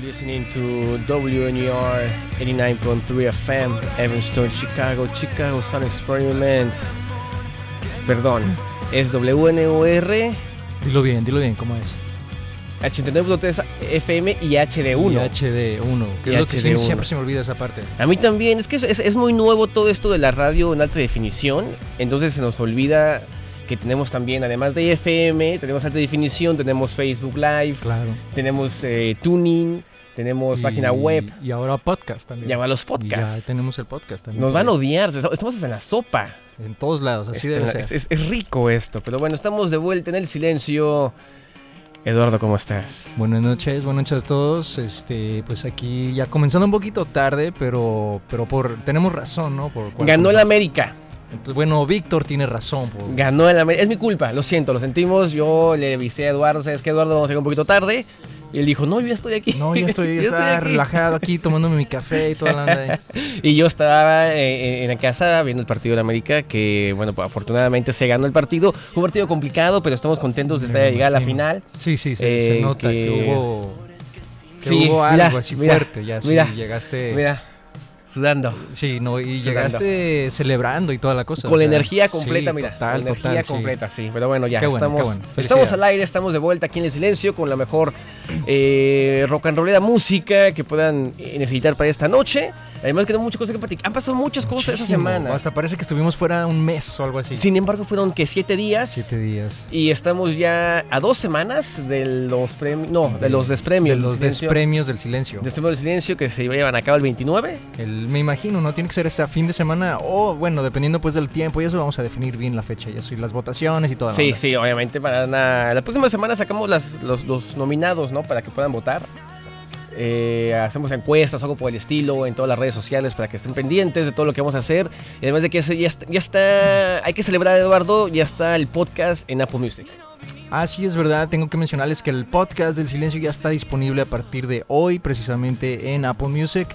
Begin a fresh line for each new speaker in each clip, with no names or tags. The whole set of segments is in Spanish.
listening to E WNER 89.3 FM, Evanston, Chicago, Chicago Sound Experiment. Perdón, es E WNOR
Dilo bien, dilo bien, ¿cómo es?
H89.3 FM y HD1.
Y HD1. Que es
Y
lo que sí-
HD1.
siempre se me olvida esa parte.
A mí también, es que es, es- es muy nuevo todo esto de la radio en alta definición, entonces se nos olvida que tenemos también, además de FM, tenemos alta definición, tenemos Facebook Live,
Claro.
tenemos eh, Tuning, tenemos página web,
Y ahora podcast también.
llama los
Y Ya
podcasts.
tenemos el podcast también.
Nos van a
Entonces,
odiar, Este, estamos hasta en la sopa.
En todos lados, así
Está en
debe
la-
ser.
es, es- es rico esto, pero bueno, estamos de vuelta en el silencio. Eduardo, ¿cómo estás?
Buenas noches, buenas noches a todos. Este, pues aquí ya comenzando un poquito tarde, pero, pero por tenemos razón, ¿no? Por cuál-
Ganó el América,
Entonces, bueno, Víctor tiene razón. por-
ganó el América. Es mi culpa, lo siento, lo sentimos. Yo le avisé a Eduardo, ¿sabes qué, Eduardo? Vamos a llegar un poquito tarde. Y él dijo, no, yo ya estoy aquí.
No, ya estoy,
Yo
ya estaba
aquí.
relajado aquí tomándome mi café y toda la onda. ahí.
Y yo estaba eh, en la casa viendo el partido del América, que bueno, pues, afortunadamente se ganó el partido. Fue un partido complicado, pero estamos contentos de estar
Me
llegar a la
imagino.
final.
Sí, sí, se, se
Eh,
nota que,
que-
hubo, que
Sí,
hubo algo
mira,
así
mira,
fuerte. Ya sí,
mira,
llegaste.
Mira, sudando.
Sí, no, y
Sudando.
llegaste celebrando y toda la cosa.
con
o
la
sea,
energía
sí,
completa, mira.
total,
con la energía
total, sí.
completa, sí. Pero bueno, ya
Qué bueno,
estamos,
qué bueno.
estamos
Felicidades.
al aire, estamos de vuelta aquí en el silencio con la mejor eh, rock and rollera música que puedan eh, necesitar para esta noche. Además, que tenemos muchas cosas que platicar. Han pasado muchas cosas esta
Muchísimo,
semana.
Hasta parece que estuvimos fuera un mes o algo así.
Sin embargo, fueron que siete días.
Siete días.
Y estamos ya a dos semanas de los premios. No, de los
De
despremios.
los
del silencio-
despremios del silencio.
despremios del silencio que se llevan a cabo el 29.
El- me imagino, ¿no? Tiene que ser hasta fin de semana o, bueno, dependiendo pues del tiempo y eso vamos a definir bien la fecha y eso y las votaciones y toda la
Sí,
onda.
sí, obviamente. Para la próxima semana sacamos las- los, los nominados, ¿no? Para que puedan votar. Eh, hacemos encuestas, algo por el estilo, en todas las redes sociales para que estén pendientes de todo lo que vamos a hacer. Y además de que ese ya está, ya está- hay que celebrar, Eduardo, ya está el podcast en Apple Music.
Ah, sí, es verdad. Tengo que mencionarles que el podcast del silencio ya está disponible a partir de hoy, precisamente en Apple Music.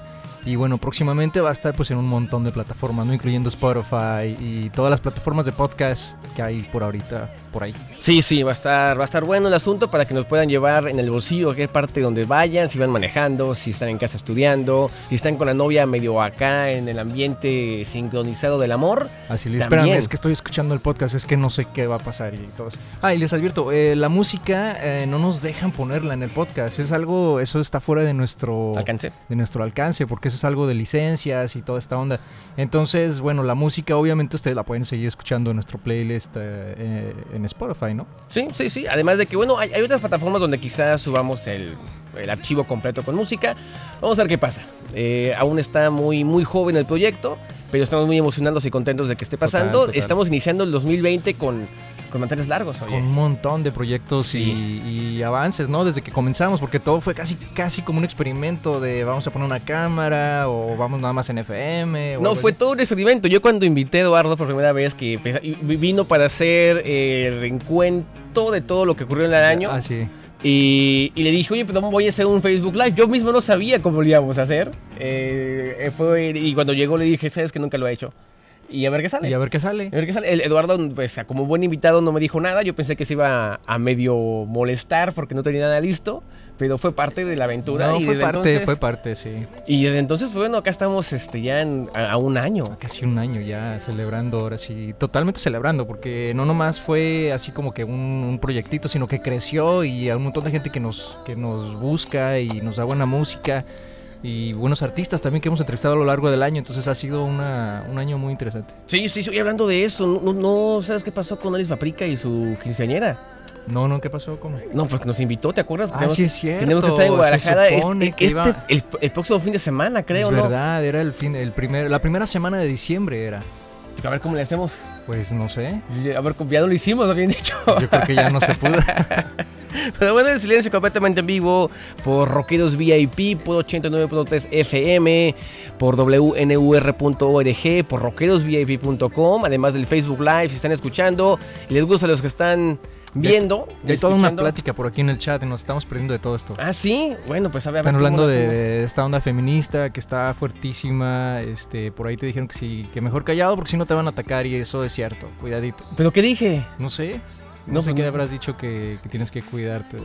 Y bueno, próximamente va a estar pues en un montón de plataformas, ¿no? Incluyendo Spotify y todas las plataformas de podcast que hay por ahorita, por ahí.
Sí, sí, va a estar, va a estar bueno el asunto para que nos puedan llevar en el bolsillo a qué parte donde vayan, si van manejando, si están en casa estudiando, si están con la novia medio acá en el ambiente sincronizado del amor.
Así les
También.
espérame, es que estoy escuchando el podcast, es que no sé qué va a pasar y todos. Ah, y les advierto, eh, la música eh, no nos dejan ponerla en el podcast. Es algo, eso está fuera de nuestro
Alcance.
de nuestro alcance, porque eso es algo de licencias y toda esta onda. Entonces, bueno, la música obviamente ustedes la pueden seguir escuchando en nuestro playlist eh, eh, en Spotify, ¿no?
Sí, sí, sí. Además de que, bueno, hay, hay otras plataformas donde quizás subamos el, el archivo completo con música. Vamos a ver qué pasa. Eh, aún está muy, muy joven el proyecto, pero estamos muy emocionados y contentos de que esté
Total,
pasando.
total.
Estamos iniciando el 2020 con, con manteles largos, oye.
Con un montón de proyectos
Sí.
y, y avances, ¿no? Desde que comenzamos, porque todo fue casi, casi como un experimento de vamos a poner una cámara o vamos nada más en FM. o
No,
algo
fue
así.
todo un experimento. Yo cuando invité a Eduardo por primera vez, que pens- y vino para hacer eh, el reencuentro de todo lo que ocurrió en el año,
Ah, sí.
y, y le dije, oye, pero voy a hacer un Facebook Live. Yo mismo no sabía cómo lo íbamos a hacer. Eh, eh, fue, y cuando llegó le dije, sabes que nunca lo he hecho. Y a ver qué sale.
Y a ver qué
A
sale.
ver qué sale. El Eduardo, pues, como buen invitado, no me dijo nada. Yo pensé que se iba a medio molestar porque no tenía nada listo, pero fue parte de la aventura.
No,
y
fue
desde
parte,
entonces-
fue parte, sí.
Y desde entonces, pues, bueno, acá estamos este, ya en- a, a un año.
Casi un año ya celebrando, ahora sí, totalmente celebrando, porque no nomás fue así como que un, un proyectito, sino que creció y hay un montón de gente que nos, que nos busca y nos da buena música y buenos artistas también que hemos entrevistado a lo largo del año, entonces ha sido una- un año muy interesante.
Sí, sí, sí. Y hablando de eso, no, no- no sabes qué pasó con Alice Paprika y su quinceañera.
No, no, ¿qué pasó? ¿Cómo?
No, pues nos invitó, ¿te acuerdas?
Ah,
Tenemos-
sí es cierto.
Tenemos que estar en
se
Guadalajara es-
supone
este,
que iba-
el, el próximo fin de semana, creo,
es
¿no?
verdad, era el fin, el primer, la primera semana de diciembre era.
A ver cómo le hacemos.
Pues no sé,
A ver, ya no lo hicimos, bien dicho.
yo creo que ya no se pudo.
Pero bueno, el silencio completamente en vivo por Rockeros VIP, por 89.3 FM, por WNUR.org, por rockerosvip.com, además del Facebook Live, si están escuchando, y les gusta a los que están viendo.
Hay toda una
escuchando.
plática por aquí en el chat y nos estamos perdiendo de todo esto.
Ah, sí, bueno, pues a ver. a ver
Están
cómo
hablando
lo
de,
hacemos.
de esta onda feminista que está fuertísima. Este, por ahí te dijeron que sí, que mejor callado porque si no te van a atacar y eso es cierto. Cuidadito.
¿Pero qué dije?
No sé. No,
No,
sé
pues
qué
no-
habrás dicho que, que tienes que cuidarte de.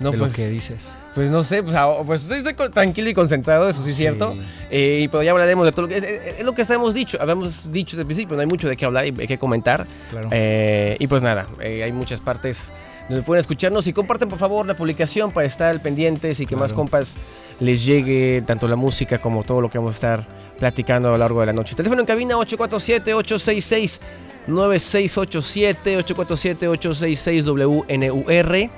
No,
de
pues,
lo que dices.
pues no sé, pues, ah, pues, estoy, estoy co- tranquilo y concentrado, eso sí es cierto.
Sí.
Eh, y- pero ya hablaremos de todo lo que es, es- es lo que habíamos dicho, habíamos dicho desde el principio, no hay mucho de qué hablar y de qué comentar.
Claro.
Eh, y pues nada, eh, hay muchas partes donde pueden escucharnos y comparten por favor la publicación para estar al pendientes y que más
Claro.
compas les llegue tanto la música como todo lo que vamos a estar platicando a lo largo de la noche. Teléfono en cabina 847-866-9687, 847-866-WNUR.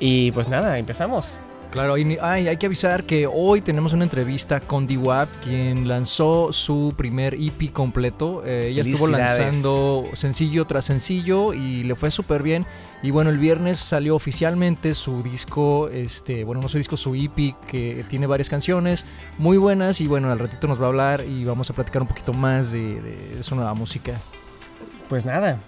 Y pues nada, empezamos.
Claro, y ni- ay, hay que avisar que hoy tenemos una entrevista con D-Wap, quien lanzó su primer EP completo. Eh, ella estuvo
Felicidades.
lanzando sencillo tras sencillo y le fue súper bien. Y bueno, el viernes salió oficialmente su disco, este, bueno, no su disco, su EP, que tiene varias canciones muy buenas. Y bueno, al ratito nos va a hablar y vamos a platicar un poquito más de, de su nueva música.
Pues nada,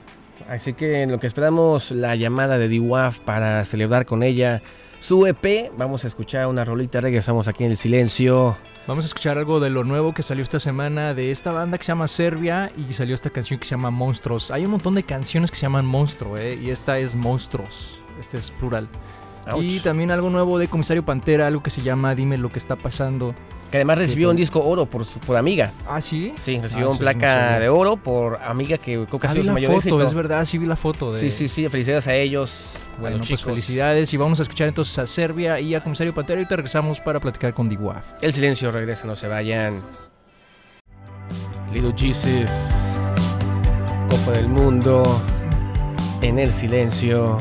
así que en lo que esperamos la llamada de DIWAF para celebrar con ella su EP, vamos a escuchar una rolita, regresamos aquí en el silencio.
Vamos a escuchar algo de lo nuevo que salió esta semana de esta banda que se llama Serbia y salió esta canción que se llama Monstruos. Hay un montón de canciones que se llaman Monstruo, ¿eh? Y esta es Monstruos. Este es plural. Y
Ouch.
también algo nuevo de Comisario Pantera, algo que se llama Dime lo que está pasando.
Que además recibió
Ujú.
un disco oro por su por amiga.
Ah, sí.
Sí,
Ah,
recibió
eso
una
no sabía.
placa de oro por amiga que creo que ha
Ah,
sido
vi
su
la
mayor
foto,
éxito.
es verdad, sí vi la foto de.
Sí, sí, sí, felicidades a ellos, a
Bueno,
los
pues
chicos.
felicidades y vamos a escuchar entonces a Serbia y a Comisario Pantera y te regresamos para platicar con DIWAF.
El silencio regresa, no se vayan. Little Jesus, Copa del Mundo, en el silencio.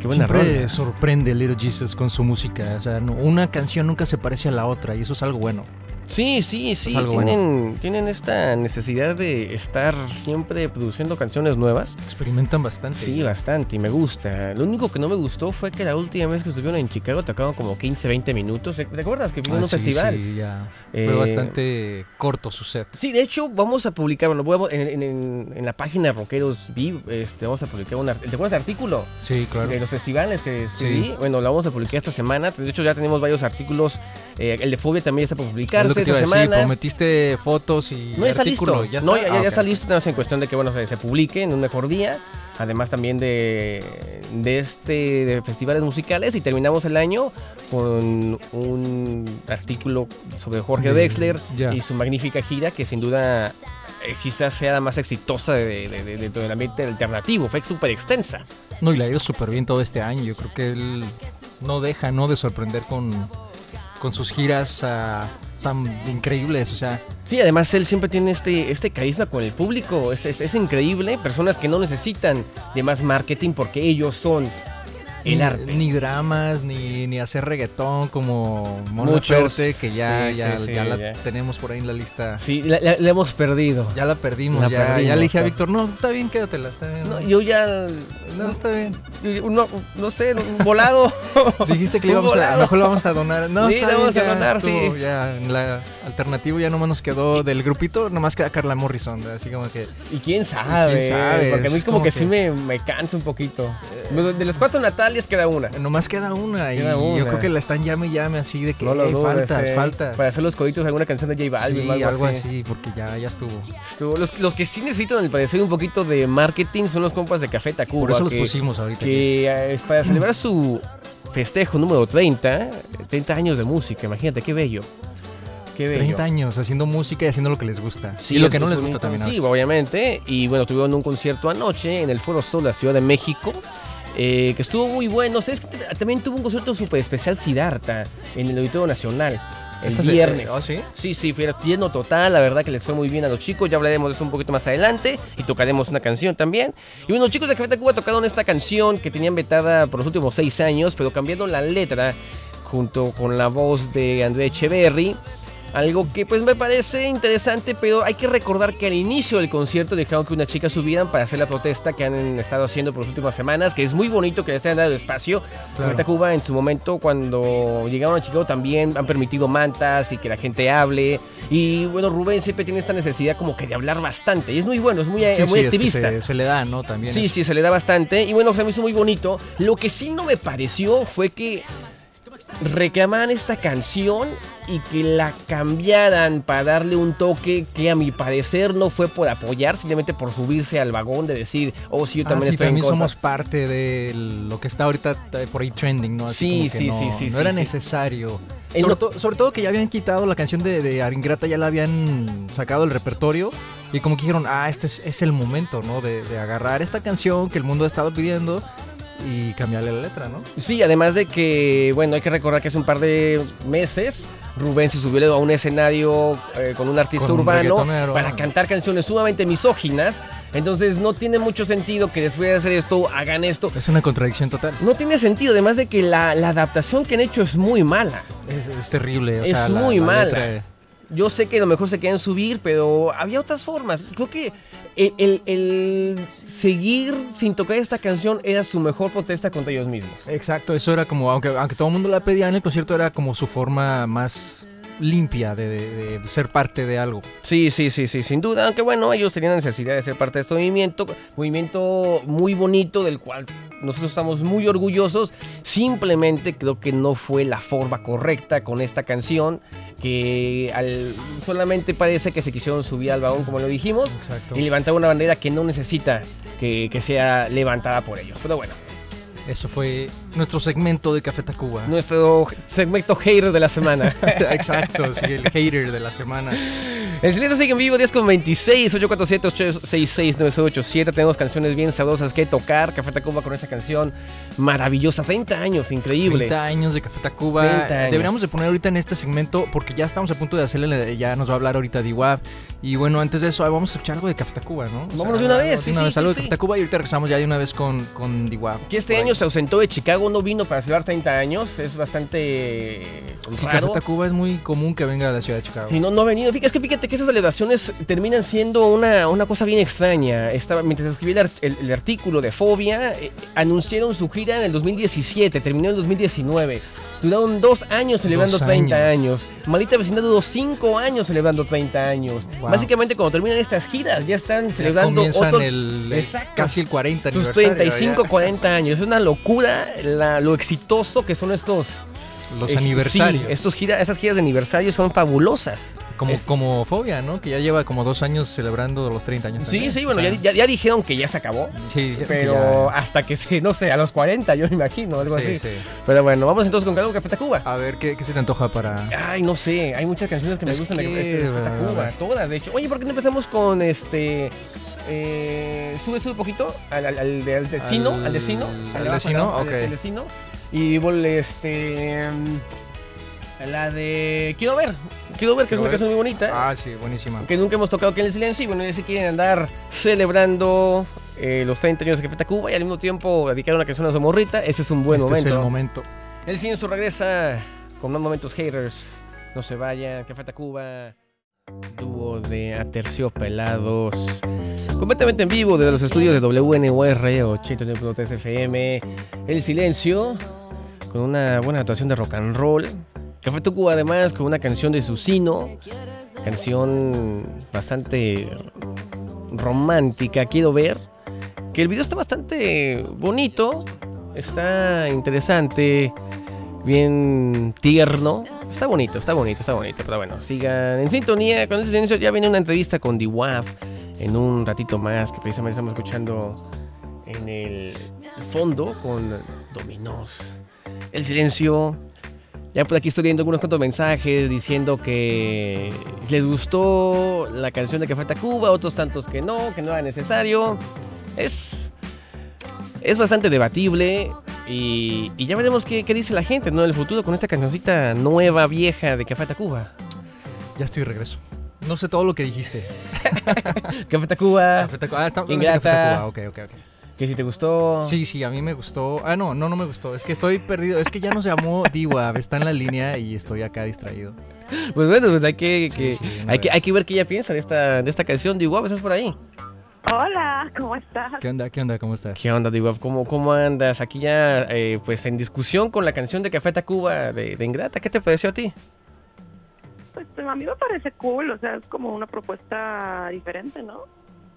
Qué buena
Siempre
rola.
sorprende Little Jesus con su música. O sea, no- una canción nunca se parece a la otra y eso es algo bueno.
Sí, sí, sí.
Es algo
tienen, tienen esta necesidad de estar siempre produciendo canciones nuevas.
Experimentan bastante.
Sí, bastante, y me gusta. Lo único que no me gustó fue que la última vez que estuvieron en Chicago tocaron como 15, 20 minutos. ¿Te acuerdas que
Ah,
fue en un
sí,
festival?
sí, ya.
Eh,
Fue bastante corto su set.
Sí, de hecho, vamos a publicar, bueno, voy a- en, en- en- en la página Rockeros Viv, este, vamos a publicar un, ar- ¿te acuerdas del artículo
Sí, claro.
de los festivales que
Sí.
escribí? Bueno, lo vamos a publicar esta semana. De hecho, ya tenemos varios artículos. Eh, el de Fobia también está por
Es lo
publicarse
que te iba
esta
a decir,
semana.
prometiste fotos y
No ya está
artículo.
listo. No, ya,
Ah,
ya
ok.
está listo, nada más en cuestión de que bueno, se, se publique en un mejor día. Además también de, de este de festivales musicales y terminamos el año con un artículo sobre Jorge
Mm,
Drexler
ya.
y su magnífica gira que sin duda eh, quizás sea la más exitosa de, de- de- de todo el ambiente alternativo. Fue súper extensa.
No, y le ha ido súper bien todo este año. Yo creo que él no deja no de sorprender con, con sus giras ah, tan increíbles. O sea,
Sí, además él siempre tiene este, este carisma con el público. Es, es- es increíble. Personas que no necesitan de más marketing porque ellos son el
ni,
arte.
ni dramas, ni, ni hacer reggaetón como Mon
Muchos.
Laferte, que ya,
Sí,
ya,
sí, sí,
ya la
ya.
tenemos por ahí en la lista.
Sí, la, la- la hemos perdido.
Ya la perdimos,
La
ya,
perdimos,
ya le dije a
claro.
Víctor, no, está bien, quédatela, está bien.
No,
No,
yo ya.
no, está bien.
yo- no, no sé, un volado.
Dijiste que le
Un
íbamos a, a
volado.
lo mejor lo vamos a donar. No,
Sí,
está
lo
bien,
vamos a
ya
donar,
estuvo,
sí.
Ya, en la alternativa ya nomás nos quedó del grupito, nomás queda Carla Morrison, así como que... eh,
y Pues quién sabe.
¿Quién sabe?
Porque a mí,
Es
como
como
que,
que-
sí me, me cansa un poquito. Eh, De las cuatro natalias queda una.
Nomás queda una y
Queda una.
yo creo que la están llame y llame así de que
No lo
"Eh,
dudes,
faltas,
eh.
faltas.
Para hacer los coditos, alguna canción de J Balvin
Sí,
o algo, así.
porque ya, ya estuvo.
Estuvo- Los, los que sí necesitan, al parecer, un poquito de marketing son los compas de Café Tacuba.
Por eso los
que-
pusimos ahorita.
que eh, es para celebrar su festejo número 30, eh, 30 años de música, imagínate, qué bello. Qué bello.
30 años haciendo música y haciendo lo que les gusta.
Sí,
y lo
es-
que no
es
les
muy
gusta también. a
intensivo,
veces.
obviamente. Y bueno, tuvieron un concierto anoche en el Foro Sol, la Ciudad de México. eh, que estuvo muy bueno. O sea, es que t- también tuvo un concierto súper especial Sidarta en el Auditorio Nacional. El
Esta se-
viernes.
¿Ah, sí?
Sí, sí, fue lleno total, la verdad que les fue muy bien a los chicos, ya hablaremos de eso un poquito más adelante y tocaremos una canción también. Y bueno, los chicos de Café Cuba tocaron esta canción que tenían vetada por los últimos seis años, pero cambiando la letra junto con la voz de André Echeverry. Algo que pues me parece interesante, pero hay que recordar que al inicio del concierto dejaron que unas chicas subieran para hacer la protesta que han estado haciendo por las últimas semanas, que es muy bonito que les hayan dado espacio.
Claro.
Ahorita Cuba en su momento cuando llegaron a Chicago también han permitido mantas y que la gente hable. Y bueno, Rubén siempre tiene esta necesidad como que de hablar bastante. Y es muy bueno, es muy,
Sí,
eh, muy
sí, es que
activista.
se, se le da, ¿no? También.
Sí,
eso.
sí, se le da bastante. Y bueno, se me hizo muy bonito. Lo que sí no me pareció fue que reclamaban esta canción y que la cambiaran para darle un toque que a mi parecer no fue por apoyar, simplemente por subirse al vagón de decir, oh, sí, yo también
Ah, sí,
estoy en
también
cosas".
somos parte de lo que está ahorita eh, por ahí trending, ¿no?
Sí,
como que
sí,
no-
sí, sí,
No
sí,
era
sí.
necesario.
Eh,
Sobre,
no-
to- sobre todo que ya habían quitado la canción de, de Ingrata, ya la habían sacado del repertorio. Y como que dijeron, ah, este es, es el momento, ¿no? De, de agarrar esta canción que el mundo ha estado pidiendo y cambiarle la letra, ¿no?
Sí, además de que, bueno, hay que recordar que hace un par de meses Rubén se subió a un escenario eh, con un artista
Con un
urbano
reggaetonero.
para cantar canciones sumamente misóginas. Entonces no tiene mucho sentido que después de hacer esto hagan esto.
Es una contradicción total.
No tiene sentido, además de que la, la adaptación que han hecho es muy mala.
Es, es terrible. o
Es
sea, la-
muy
la
mala.
letra-
Yo sé que a lo mejor se quieren subir, pero había otras formas. Creo que el, el- el seguir sin tocar esta canción era su mejor protesta contra ellos mismos.
Exacto, eso era como, aunque, aunque todo el mundo la pedía en el concierto, era como su forma más limpia de, de- de ser parte de algo.
Sí, sí, sí, sí, sin duda. Aunque bueno, ellos tenían la necesidad de ser parte de este movimiento, movimiento muy bonito del cual nosotros estamos muy orgullosos. Simplemente creo que no fue la forma correcta con esta canción, que al- solamente parece que se quisieron subir al vagón, como lo dijimos,
Exacto.
y levantar una bandera que no necesita que, que sea levantada por ellos. Pero bueno,
Eso fue nuestro segmento de Café Tacuba.
nuestro segmento hater de la semana.
Exacto, sí, el hater de la semana.
El silencio sigue en vivo, 10 con 26, 847-866-9887. Tenemos canciones bien sabrosas que tocar. Café Tacuba con esta canción maravillosa. 30 años, increíble.
30 años de Café Tacuba.
30 años.
Deberíamos de poner ahorita en este segmento porque ya estamos a punto de hacerle, ya nos va a hablar ahorita Diwab. Y bueno, antes de eso, ah, vamos a escuchar algo de Café Tacuba, ¿no? O
Vámonos de una vez, sí, sí, sí,
algo de
sí.
Café Tacuba y ahorita regresamos ya de una vez con, con Diwab.
Que este
Por ahí.
año se ausentó de Chicago, no vino para celebrar 30 años. Es bastante eh,
Sí, Café
raro.
Tacuba es muy común que venga a la ciudad de Chicago.
Y no, no ha venido. Fíjate, es que fíjate que esas celebraciones terminan siendo una, una cosa bien extraña. Estaba, mientras escribí el, ar- el- el artículo de Fobia, eh, anunciaron su gira en el 2017, terminó en el 2019. Duraron dos años celebrando
Dos
30
años.
años. Maldita Vecindad duró cinco años celebrando 30 años.
Wow.
Básicamente cuando terminan estas giras ya están
Ya
celebrando
comienzan
otro-
el, el-
Exacto.
casi el 40
sus
aniversario,
35,
ya.
40 años. Es una locura la- lo exitoso que son estos.
Los
eh,
aniversarios.
sí, estos gira- esas giras de aniversario son fabulosas.
como,
es-
como Fobia, ¿no? Que ya lleva como dos años celebrando los 30 años.
Sí,
también.
sí, bueno,
O sea,
ya, ya- ya dijeron que ya se acabó.
Sí,
Pero hasta que se, no sé, a los 40, yo me imagino, algo
Sí,
así.
sí.
Pero bueno, vamos entonces con Café Tacuba.
A ver, ¿qué, qué se te antoja para...?
Ay, no sé, hay muchas canciones que me
Es
gustan de-
que,
de de Café
a
Tacuba,
ver.
todas de hecho. Oye, ¿por qué no empezamos con este. eh, sube, sube un poquito al, al, al de- al vecino, al,
Al-
vecino.
al
al de abajo,
vecino,
al- al de-
ok.
al vecino. Y vol- este. mm, La de. Quiero ver, quiero ver, que es
Quiero
una
ver.
canción muy bonita
Ah, sí, buenísima.
que nunca hemos tocado aquí en el silencio y bueno, ya se quieren andar celebrando eh, los 30 años de Café Tacuba y al mismo tiempo dedicar una canción a su morrita, ese es un buen
este
momento.
es el
¿no?
momento.
El silencio regresa con más momentos haters, no se vayan, Café Tacuba, dúo de Aterciopelados, completamente en vivo desde los estudios de WNUR 89.3 FM, El silencio con una buena actuación de rock and roll. Café Tacuba además con una canción de Susino, canción bastante romántica, quiero ver. Que el video está bastante bonito, está interesante, bien tierno. Está bonito, está bonito, está bonito. Pero bueno, sigan en sintonía con el silencio. Ya viene una entrevista con DiWaf en un ratito más, que precisamente estamos escuchando en el fondo con Dominos. El silencio. Ya por aquí estoy leyendo algunos cuantos mensajes diciendo que les gustó la canción de Café Tacuba, otros tantos que no, que no era necesario. Es, es bastante debatible y, y ya veremos qué, qué dice la gente ¿no? en el futuro con esta cancioncita nueva, vieja de Café Tacuba.
Ya estoy de regreso. No sé todo lo que dijiste.
Café Tacuba,
Café Tacuba. Ah, está hablando de
Ingrata.
Café Tacuba. Ok, ok, ok.
que si te gustó.
Sí, sí, a mí me gustó. Ah, no, no, no me gustó. Es que estoy perdido. Es que ya nos llamó Diwab. Está en la línea y estoy acá distraído.
Pues bueno, pues hay que,
Sí,
que-
sí, una
hay que,
vez.
hay que ver qué ella piensa de esta, de esta canción. Digo, estás por ahí.
Hola, ¿cómo estás?
¿Qué onda? ¿Qué onda? ¿Cómo estás?
¿Qué onda, Digo? ¿Cómo, ¿Cómo andas? Aquí ya, eh, pues en discusión con la canción de Café Tacuba de, de Ingrata. ¿Qué te pareció a ti?
Pues a mí me parece cool, o sea, es como una propuesta diferente, ¿no?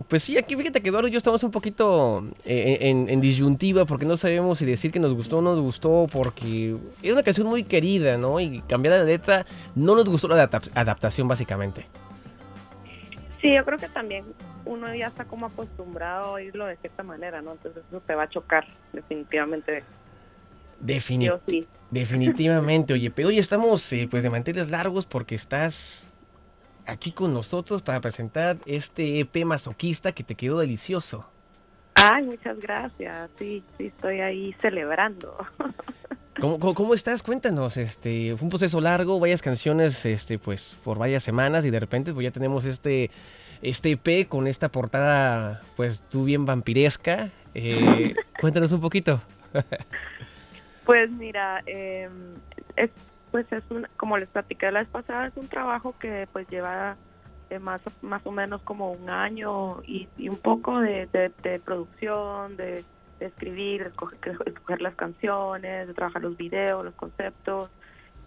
Pues sí, aquí fíjate que Eduardo y yo estamos un poquito eh, en, en disyuntiva porque no sabemos si decir que nos gustó o no nos gustó porque era una canción muy querida, ¿no? Y cambiar la letra, no nos gustó la adap- adaptación básicamente.
Sí, yo creo que también uno ya está como acostumbrado a oírlo de cierta manera, ¿no? Entonces eso te va a chocar, definitivamente.
Defini-
Yo sí.
definitivamente, oye, pero hoy estamos eh, pues de manteles largos porque estás aquí con nosotros para presentar este EP masoquista que te quedó delicioso.
Ay, muchas gracias. Sí, sí, estoy ahí celebrando.
¿Cómo, cómo, cómo estás? Cuéntanos, este, fue un proceso largo, varias canciones, este, pues, por varias semanas y de repente, pues, ya tenemos este, este EP con esta portada, pues, tú bien vampiresca. Eh, cuéntanos un poquito.
Pues mira, eh, es, pues es un, como les platicé la vez pasada, es un trabajo que pues lleva eh, más, más o menos como un año y, y un poco de, de- de producción, de, de escribir, de escoger, de escoger las canciones, de trabajar los videos, los conceptos.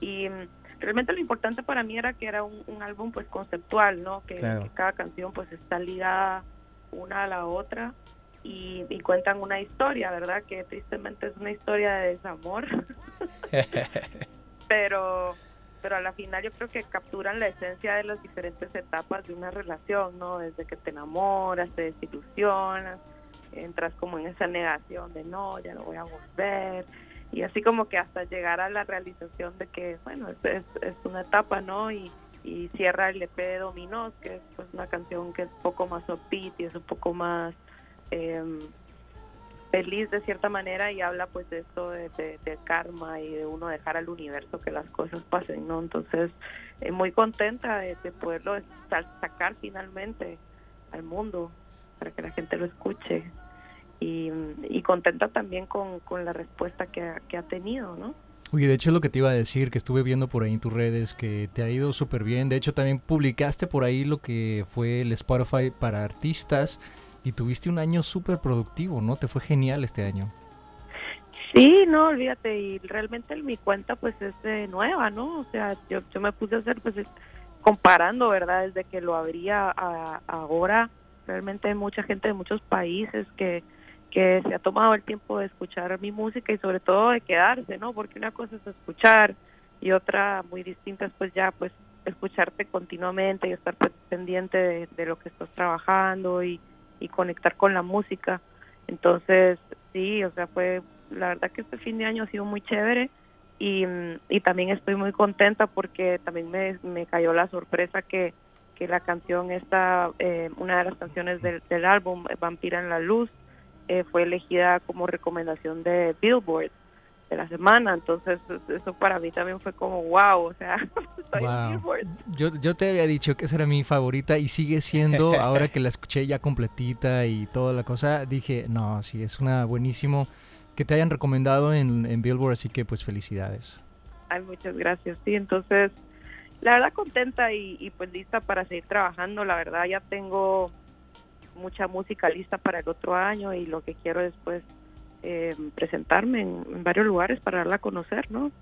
Y mm, realmente lo importante para mí era que era un, un álbum pues conceptual, ¿no? Que,
Claro.
que cada canción pues está ligada una a la otra y, y cuentan una historia, ¿verdad? Que tristemente es una historia de desamor, pero pero a la final yo creo que capturan la esencia de las diferentes etapas de una relación, ¿no? Desde que te enamoras, te desilusionas, entras como en esa negación de no, ya no voy a volver, y así como que hasta llegar a la realización de que, bueno, es, es, es una etapa, ¿no? Y, y cierra el EP de Dominos, que es pues, una canción que es un poco más upbeat y es un poco más eh, feliz de cierta manera y habla pues de esto de, de- de karma y de uno dejar al universo que las cosas pasen, ¿no? Entonces, eh, muy contenta de, de poderlo sa- sacar finalmente al mundo para que la gente lo escuche y, y contenta también con, con la respuesta que ha, que ha tenido, ¿no?
Uy, de hecho es lo que te iba a decir, que estuve viendo por ahí en tus redes, que te ha ido súper bien. De hecho, también publicaste por ahí lo que fue el Spotify para artistas y tuviste un año súper productivo, ¿no? Te fue genial este año.
Sí, no, olvídate, y realmente mi cuenta pues es eh, nueva, ¿no? O sea, yo, yo me puse a hacer pues es- comparando, ¿verdad? Desde que lo abría a, ahora, realmente hay mucha gente de muchos países que, que se ha tomado el tiempo de escuchar mi música y sobre todo de quedarse, ¿no? Porque una cosa es escuchar y otra muy distinta es pues ya pues escucharte continuamente y estar pues, pendiente de, de lo que estás trabajando y, y conectar con la música. Entonces, sí, o sea, fue la verdad que este fin de año ha sido muy chévere y, mm, y también estoy muy contenta porque también me, me cayó la sorpresa que, que la canción esta, eh, una de las canciones del, del álbum, eh, Vampira en la Luz, eh, fue elegida como recomendación de Billboard de la semana, entonces es- eso para mí también fue como wow, o sea, estoy
Wow.
en Billboard.
Yo, yo te había dicho que esa era mi favorita y sigue siendo, ahora que la escuché ya completita y toda la cosa, dije, no, sí, es una buenísimo que te hayan recomendado en, en Billboard, así que pues felicidades.
Ay, muchas gracias. Sí, entonces, la verdad contenta y, y pues lista para seguir trabajando. La verdad ya tengo mucha música lista para el otro año y lo que quiero es pues eh, presentarme en, en varios lugares para darla a conocer, ¿no?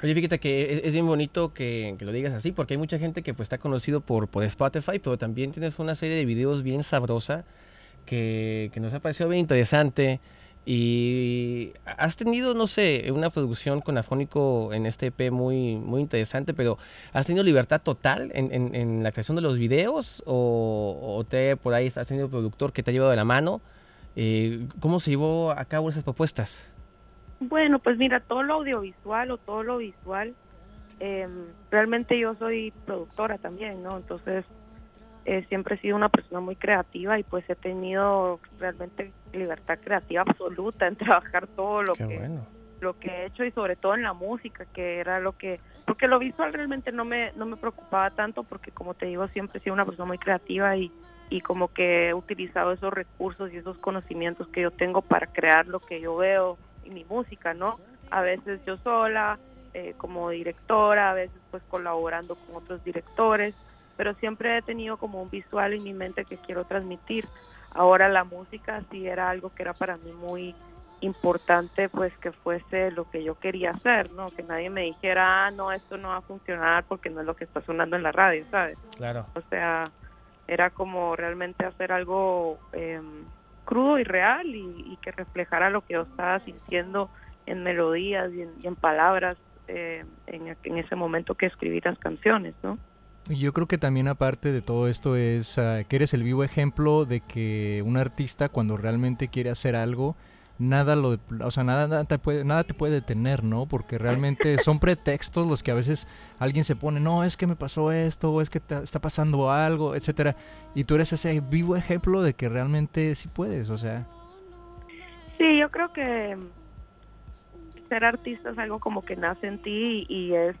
Oye, fíjate que e-, es, es bien bonito que, que lo digas así, porque hay mucha gente que pues está conocido por, por Spotify, pero también tienes una serie de videos bien sabrosa que, que nos ha parecido bien interesante. Y has tenido, no sé, una producción con Afónico en este EP muy, muy interesante, pero ¿has tenido libertad total en, en- en la creación de los videos? ¿O, o te, por ahí has tenido productor que te ha llevado de la mano? Eh, ¿Cómo se llevó a cabo esas propuestas?
Bueno, pues mira, todo lo audiovisual o todo lo visual, eh, realmente yo soy productora también, ¿no? Entonces, eh, siempre he sido una persona muy creativa y pues he tenido realmente libertad creativa absoluta en trabajar todo lo que lo que he hecho y sobre todo en la música, que era lo que, porque lo visual realmente no me, no me preocupaba tanto porque como te digo, siempre he sido una persona muy creativa y, y como que he utilizado esos recursos y esos conocimientos que yo tengo para crear lo que yo veo y mi música, ¿no? A veces yo sola, eh, como directora, a veces pues colaborando con otros directores, pero siempre he tenido como un visual en mi mente que quiero transmitir. Ahora la música sí era algo que era para mí muy importante pues que fuese lo que yo quería hacer, ¿no? Que nadie me dijera, ah, no, esto no va a funcionar porque no es lo que está sonando en la radio, ¿sabes?
Claro.
O sea, era como realmente hacer algo eh, crudo y real y, y, que reflejara lo que yo estaba sintiendo en melodías y en, y en palabras eh, en, en, ese momento que escribí las canciones, ¿no?
Yo creo que también aparte de todo esto es uh, que eres el vivo ejemplo de que un artista cuando realmente quiere hacer algo, nada lo o sea nada, nada, te puede nada te puede detener no porque realmente son pretextos los que a veces alguien se pone no es que me pasó esto o es que te, está pasando algo etcétera y tú eres ese vivo ejemplo de que realmente sí puedes o sea
sí yo creo que em, ser artista es algo como que nace en ti y, y es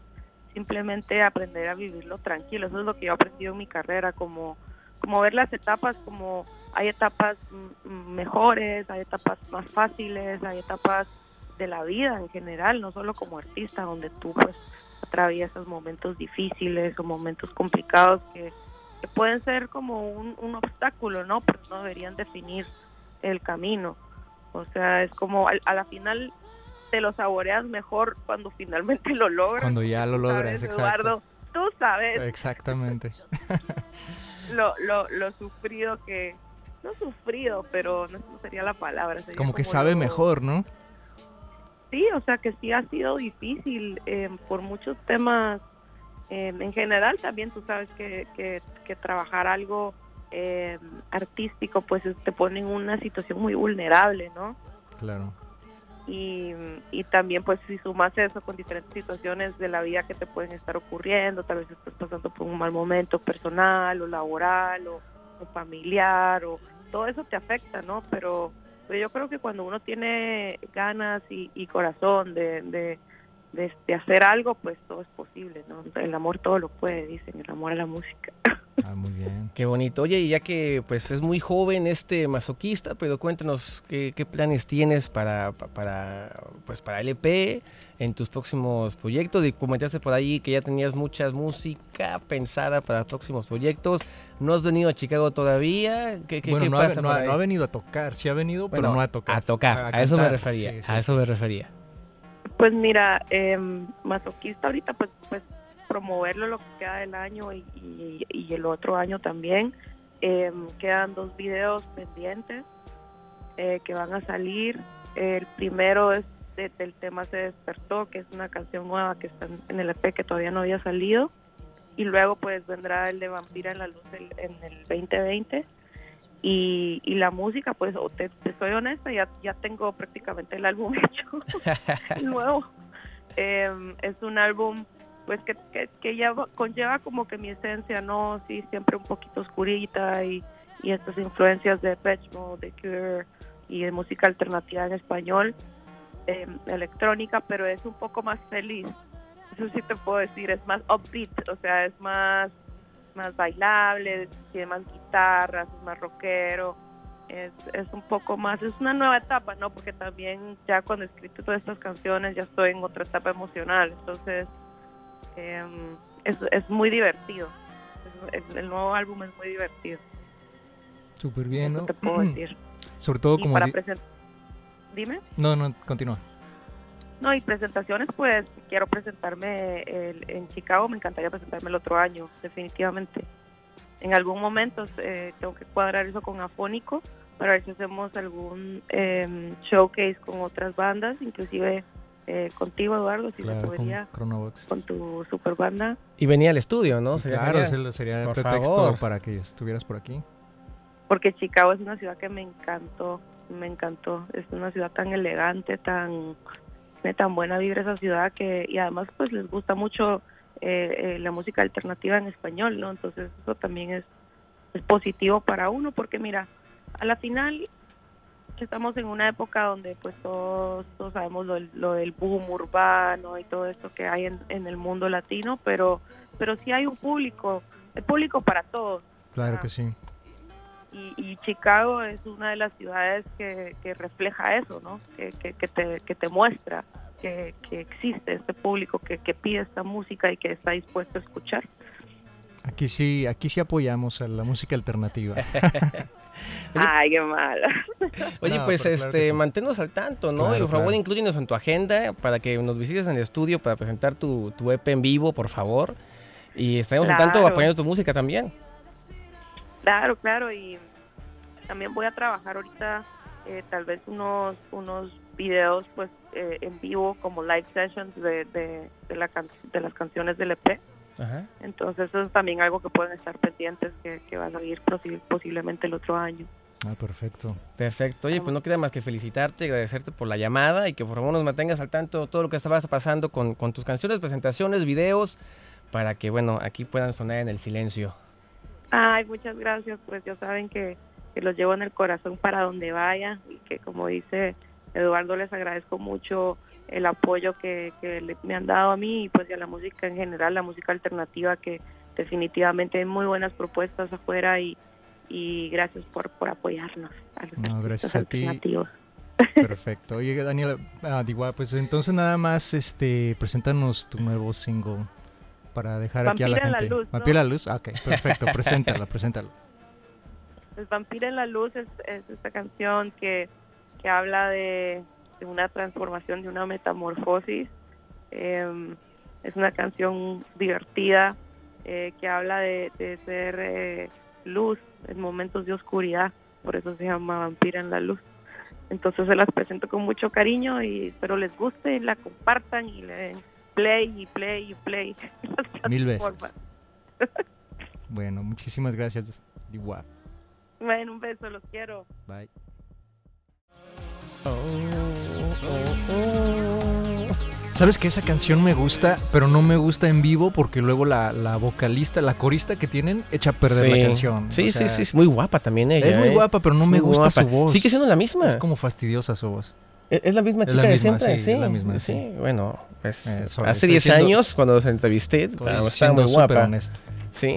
simplemente aprender a vivirlo tranquilo eso es lo que yo he aprendido en mi carrera como como ver las etapas como hay etapas mejores, hay etapas más fáciles, hay etapas de la vida en general, no solo como artista, donde tú pues atraviesas momentos difíciles o momentos complicados que, que pueden ser como un, un, obstáculo, ¿no? Pero no deberían definir el camino. O sea, es como al, a la final te lo saboreas mejor cuando finalmente lo logras.
Cuando ya lo logras,
¿sabes, Eduardo, tú sabes.
Exactamente.
lo, lo, lo sufrido que, no sufrido, pero no sería la palabra. Sería
como, como, que sabe lo... mejor, ¿no?
Sí, o sea que sí ha sido difícil eh, por muchos temas. Eh, en general también tú sabes que, que, que trabajar algo eh, artístico pues te pone en una situación muy vulnerable, ¿no?
Claro.
Y, y también pues si sumas eso con diferentes situaciones de la vida que te pueden estar ocurriendo, tal vez estás pasando por un mal momento personal o laboral o, o familiar o todo eso te afecta, ¿no? Pero, pero, yo creo que cuando uno tiene ganas y, y corazón de, de, de, de, hacer algo, pues todo es posible, ¿no? El amor todo lo puede, dicen, el amor a la música.
Ah, muy bien.
Qué bonito. Oye, y ya que pues es muy joven este masoquista, pero cuéntanos qué, qué planes tienes para, para, pues, para LP en tus próximos proyectos. Y comentaste por ahí que ya tenías mucha música pensada para próximos proyectos. ¿No has venido a Chicago todavía? ¿Qué, qué,
bueno,
qué
no,
pasa
ha, no, no, ha, venido a tocar. Sí ha venido, bueno, pero no a tocar.
A tocar, a, a eso me refería. Sí, sí. A eso me refería.
Pues mira, eh, masoquista ahorita pues, pues promoverlo lo que queda del año y, y, y el otro año también. Eh, quedan dos videos pendientes eh, que van a salir. El primero es de, del tema Se despertó, que es una canción nueva que está en el EP que todavía no había salido. Y luego pues vendrá el de Vampira en la Luz el, en el 2020. Y, y, la música, pues te, te, soy honesta, ya, ya tengo prácticamente el álbum hecho nuevo. Eh, es un álbum pues que, que, que, ya conlleva como que mi esencia, ¿no? Sí, siempre un poquito oscurita y, y estas influencias de Depeche de Cure y de música alternativa en español, eh, electrónica, pero es un poco más feliz. Eso sí te puedo decir, es más upbeat, o sea, es más, más bailable, tiene más guitarras, es más rockero. Es, es un poco más, es una nueva etapa, ¿no? Porque también ya cuando escrito todas estas canciones ya estoy en otra etapa emocional, entonces eh, es, es, muy divertido. Es, es, el nuevo álbum es muy divertido.
Súper bien,
Eso ¿no? te puedo decir.
Mm. Sobre todo
y
como...
Para Dime.
No, no, continúa.
No, y presentaciones, pues quiero presentarme el, en Chicago, me encantaría presentarme el otro año, definitivamente. En algún momento eh, tengo que cuadrar eso con Afónico para ver si hacemos algún eh, showcase con otras bandas, inclusive eh, contigo, Eduardo, si claro, podría.
Con,
con, tu super banda.
Y venía al estudio, ¿no?
Sería claro, genial. sería el por pretexto favor. para que estuvieras por aquí.
Porque Chicago es una ciudad que me encantó, me encantó. Es una ciudad tan elegante, tan tiene tan buena vibra esa ciudad que y además pues les gusta mucho eh, eh, la música alternativa en español, ¿no? Entonces eso también es, es positivo para uno porque mira, a la final estamos en una época donde pues todos, todos sabemos lo, lo, del boom urbano y todo esto que hay en, en, el mundo latino, pero pero sí hay un público, el público para todos.
Claro
Ah.
¿verdad? que sí.
Y, y, Chicago es una de las ciudades que, que refleja eso, ¿no? Que, que, que, te, que te muestra que, que existe este público que, que pide esta música y que está dispuesto a escuchar.
Aquí sí, aquí sí apoyamos a la música alternativa.
Oye, Ay, qué malo.
Oye, no, pues claro este, sí. manténnos al tanto, ¿no? Claro, y por favor, claro. incluyenos en tu agenda para que nos visites en el estudio para presentar tu, tu E EP en vivo, por favor. Y estaremos al tanto apoyando tu música también.
Claro, claro, y también voy a trabajar ahorita eh, tal vez unos unos videos pues eh, en vivo como live sessions de, de, de, la can de las canciones del EP. Ajá. Entonces eso es también algo que pueden estar pendientes que, que van a ir posi posiblemente el otro año.
Ah, perfecto.
Perfecto. Oye, pues no queda más que felicitarte y agradecerte por la llamada y que por favor nos mantengas al tanto de todo lo que estabas pasando con, con tus canciones, presentaciones, videos, para que, bueno, aquí puedan sonar en el silencio.
Ay, muchas gracias. Pues ya saben que, que los llevo en el corazón para donde vaya y que, como dice Eduardo, les agradezco mucho el apoyo que, que le, me han dado a mí y pues y a la música en general, la música alternativa, que definitivamente hay muy buenas propuestas afuera y y gracias por, por apoyarnos. A los no,
gracias a ti. Perfecto. Oye, Daniela, ah, digo, pues entonces nada más este preséntanos tu nuevo single para dejar
Vampira
aquí a la gente.
La luz,
Vampira
¿no?
la luz. Ah, ok, perfecto. preséntala, preséntala.
Pues Vampira en la luz es, es esta canción que, que habla de, de, una transformación, de una metamorfosis. Eh, es una canción divertida eh, que habla de, de ser... Eh, luz en momentos de oscuridad, por eso se llama Vampira en la Luz. Entonces se las presento con mucho cariño y espero les guste, y la compartan y le den play y play y play.
Mil veces. bueno, muchísimas gracias, Igual.
Bueno, un beso, los quiero.
Bye.
Oh, oh,
oh. ¿Sabes que esa canción me gusta, pero no me gusta en vivo porque luego la, la vocalista, la corista que tienen, echa a perder
Sí.
la canción?
Sí,
O sea,
sí, sí, es muy guapa también ella.
Es muy
¿eh?
guapa, pero no
Es
me
muy
gusta su
guapa.
voz.
Sigue siendo la misma.
Es como fastidiosa su voz.
Es- es la misma
Es
chica
la
de
misma,
siempre,
sí,
sí.
es la misma,
sí.
sí.
bueno, pues
Eh, sorry,
hace
estoy
10
siendo-
años cuando los entrevisté,
Estoy
estaba estaba
siendo
muy
súper
guapa.
honesto.
Sí.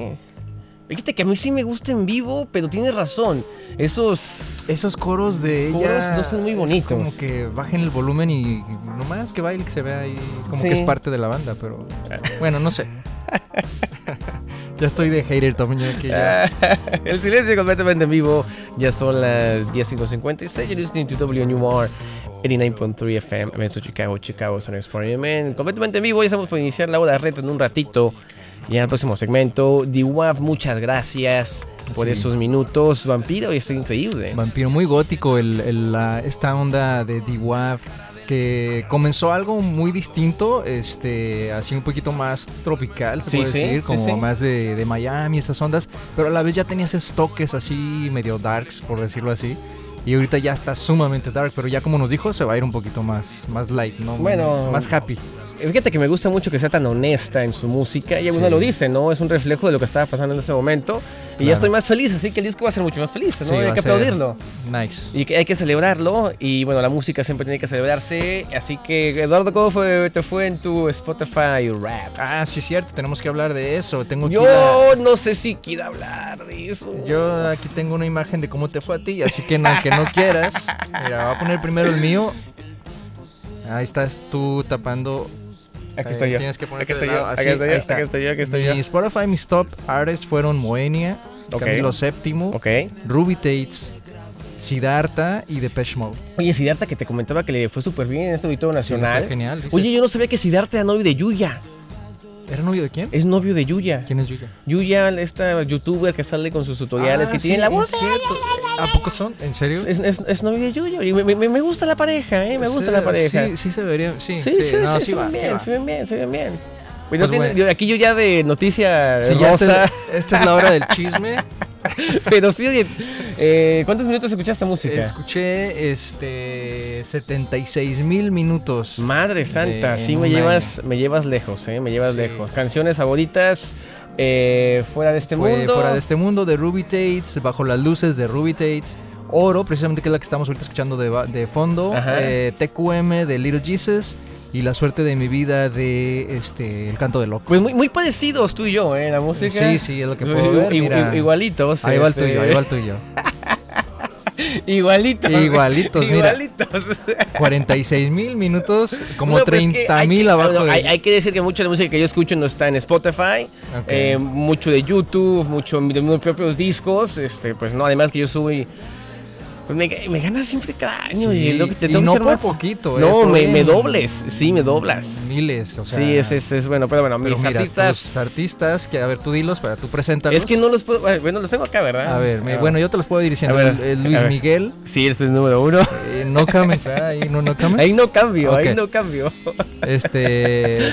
Fíjate que a mí sí me gusta en vivo, pero tienes razón. Esos.
Esos coros de
Coros
ella
no son muy
es
bonitos.
como que bajen el volumen y nomás que baile, que se vea ahí. Como
Sí.
que es parte de la banda, pero bueno, no sé. ya estoy de hater también. ya que ya-
el silencio completamente en vivo. Ya son las 10.56. You're listening to WNUR 89.3 FM, Evento Chicago, Chicago, Sonic Experiment. Completamente en vivo. Ya estamos por iniciar la hora de reto en un ratito. Ya en el próximo segmento. DiWaf, muchas gracias por
Sí.
esos minutos. Vampiro, y está increíble.
Vampiro muy gótico, el, el, la- esta onda de D-Wap que comenzó algo muy distinto, este, así un poquito más tropical, se
Sí,
puede
sí,
decir,
sí,
como
sí.
más de, de Miami, esas ondas, pero a la vez ya tenía esos toques así medio darks, por decirlo así. Y ahorita ya está sumamente dark, pero ya como nos dijo, se va a ir un poquito más, más light, ¿no?
Bueno. pues
Más happy.
Fíjate que me gusta mucho que sea tan honesta en su música. Y uno
Sí.
lo dice, ¿no? Es un reflejo de lo que estaba pasando en ese momento. Y ya
Claro.
estoy más feliz, así que el disco va a ser mucho más feliz, ¿no?
Sí,
hay
va
que
a ser
aplaudirlo.
Nice.
Y que hay que celebrarlo. Y bueno, la música siempre tiene que celebrarse. Así que, Eduardo, ¿cómo fue- te fue en tu Spotify rap?
Ah, sí, cierto, tenemos que hablar de eso. Tengo aquí la-
Yo no sé si quiero hablar de eso.
Yo aquí tengo una imagen de cómo te fue a ti, así que no, que no quieras. Mira, voy a poner primero el mío. Ahí estás tú tapando.
Aquí
eh,
estoy yo.
Tienes que
Aquí
ponerte
estoy
de
yo.
lado, así,
Aquí estoy yo.
ahí está.
Aquí estoy yo. Aquí estoy yo.
Mi Spotify, mis top artists fueron Moenia,
Ok.
Camilo VII,
Ok.
Ruby Tates, Siddhartha y Depeche Mode.
Oye, Sidarta, que te comentaba que le fue súper bien en este auditorio
Sí, me fue
nacional.
genial. dices.
Oye, yo no sabía que Sidarta era novio de Yuya.
¿Era novio de quién?
Es novio de Yuya.
¿Quién es Yuya?
Yuya, esta youtuber que sale con sus tutoriales,
Ah,
que
sí,
tiene la
es
voz.
cierto. ¿A poco son? ¿En serio?
Es, es, es novio de Yuya. Y me, me- me gusta la pareja, ¿eh? Me gusta
Sí,
la pareja.
Sí, sí se vería. Sí,
Sí, sí, sí,
no,
sí, se
va,
ven bien,
va.
se ven bien, se ven bien. Pues
Pues
no tiene-
bueno.
yo- aquí yo ya de noticia
Sí, ya
rosa,
esta, esta es la hora del chisme.
pero sí, oye, eh, ¿cuántos minutos escuchaste esta música?
Escuché este 76 mil minutos.
Madre santa,
de-
sí
en
me
un
llevas, me llevas lejos, eh, me llevas
Sí.
lejos. Canciones favoritas, eh, fuera de este
Fue
mundo.
fuera de este mundo de Ruby Tates, bajo las luces de Ruby Tates. Oro, precisamente que es la que estamos ahorita escuchando de, ba- de fondo.
Ajá.
eh, TQM de Little Jesus. Y la suerte de mi vida de este El canto de loco.
Pues muy, muy parecidos tú y yo, eh, la música.
Sí, sí, es lo que puedo
Igu-
ver.
igu-
mira.
Igualitos.
ahí va el
este,
tuyo, ahí va el tuyo.
Igualitos.
Igualitos, mira.
Igualitos.
46 mil minutos, como
No, pues es que
30
hay
mil
que-
abajo.
no,
de-
hay, hay que decir que mucha de la música que yo escucho no está en Spotify,
Ok.
eh, mucho de YouTube, mucho de mis propios discos, este, pues no, además que yo soy Pues me, me ganas siempre cada año.
Sí,
y lo que te
y
tengo que
no
echar
por
más.
poquito, eh,
No, me,
estoy
me
en-
dobles. Sí, me doblas.
Miles, o sea.
sí, es, es, es bueno. Pero bueno,
Pero
mis
mira,
artistas.
tus artistas, que a ver, tú dilos para tú presentarlos.
Es que no los puedo. Bueno, los tengo acá, ¿verdad?
A ver, me-
Ah.
bueno, yo te los puedo ir diciendo.
A ver,
El- el Luis
a ver.
Miguel,
Sí, ese es el número uno.
eh, No Cames, ah, ahí no, no Cames.
Ahí no cambio, ahí
Ok.
no cambio.
Este,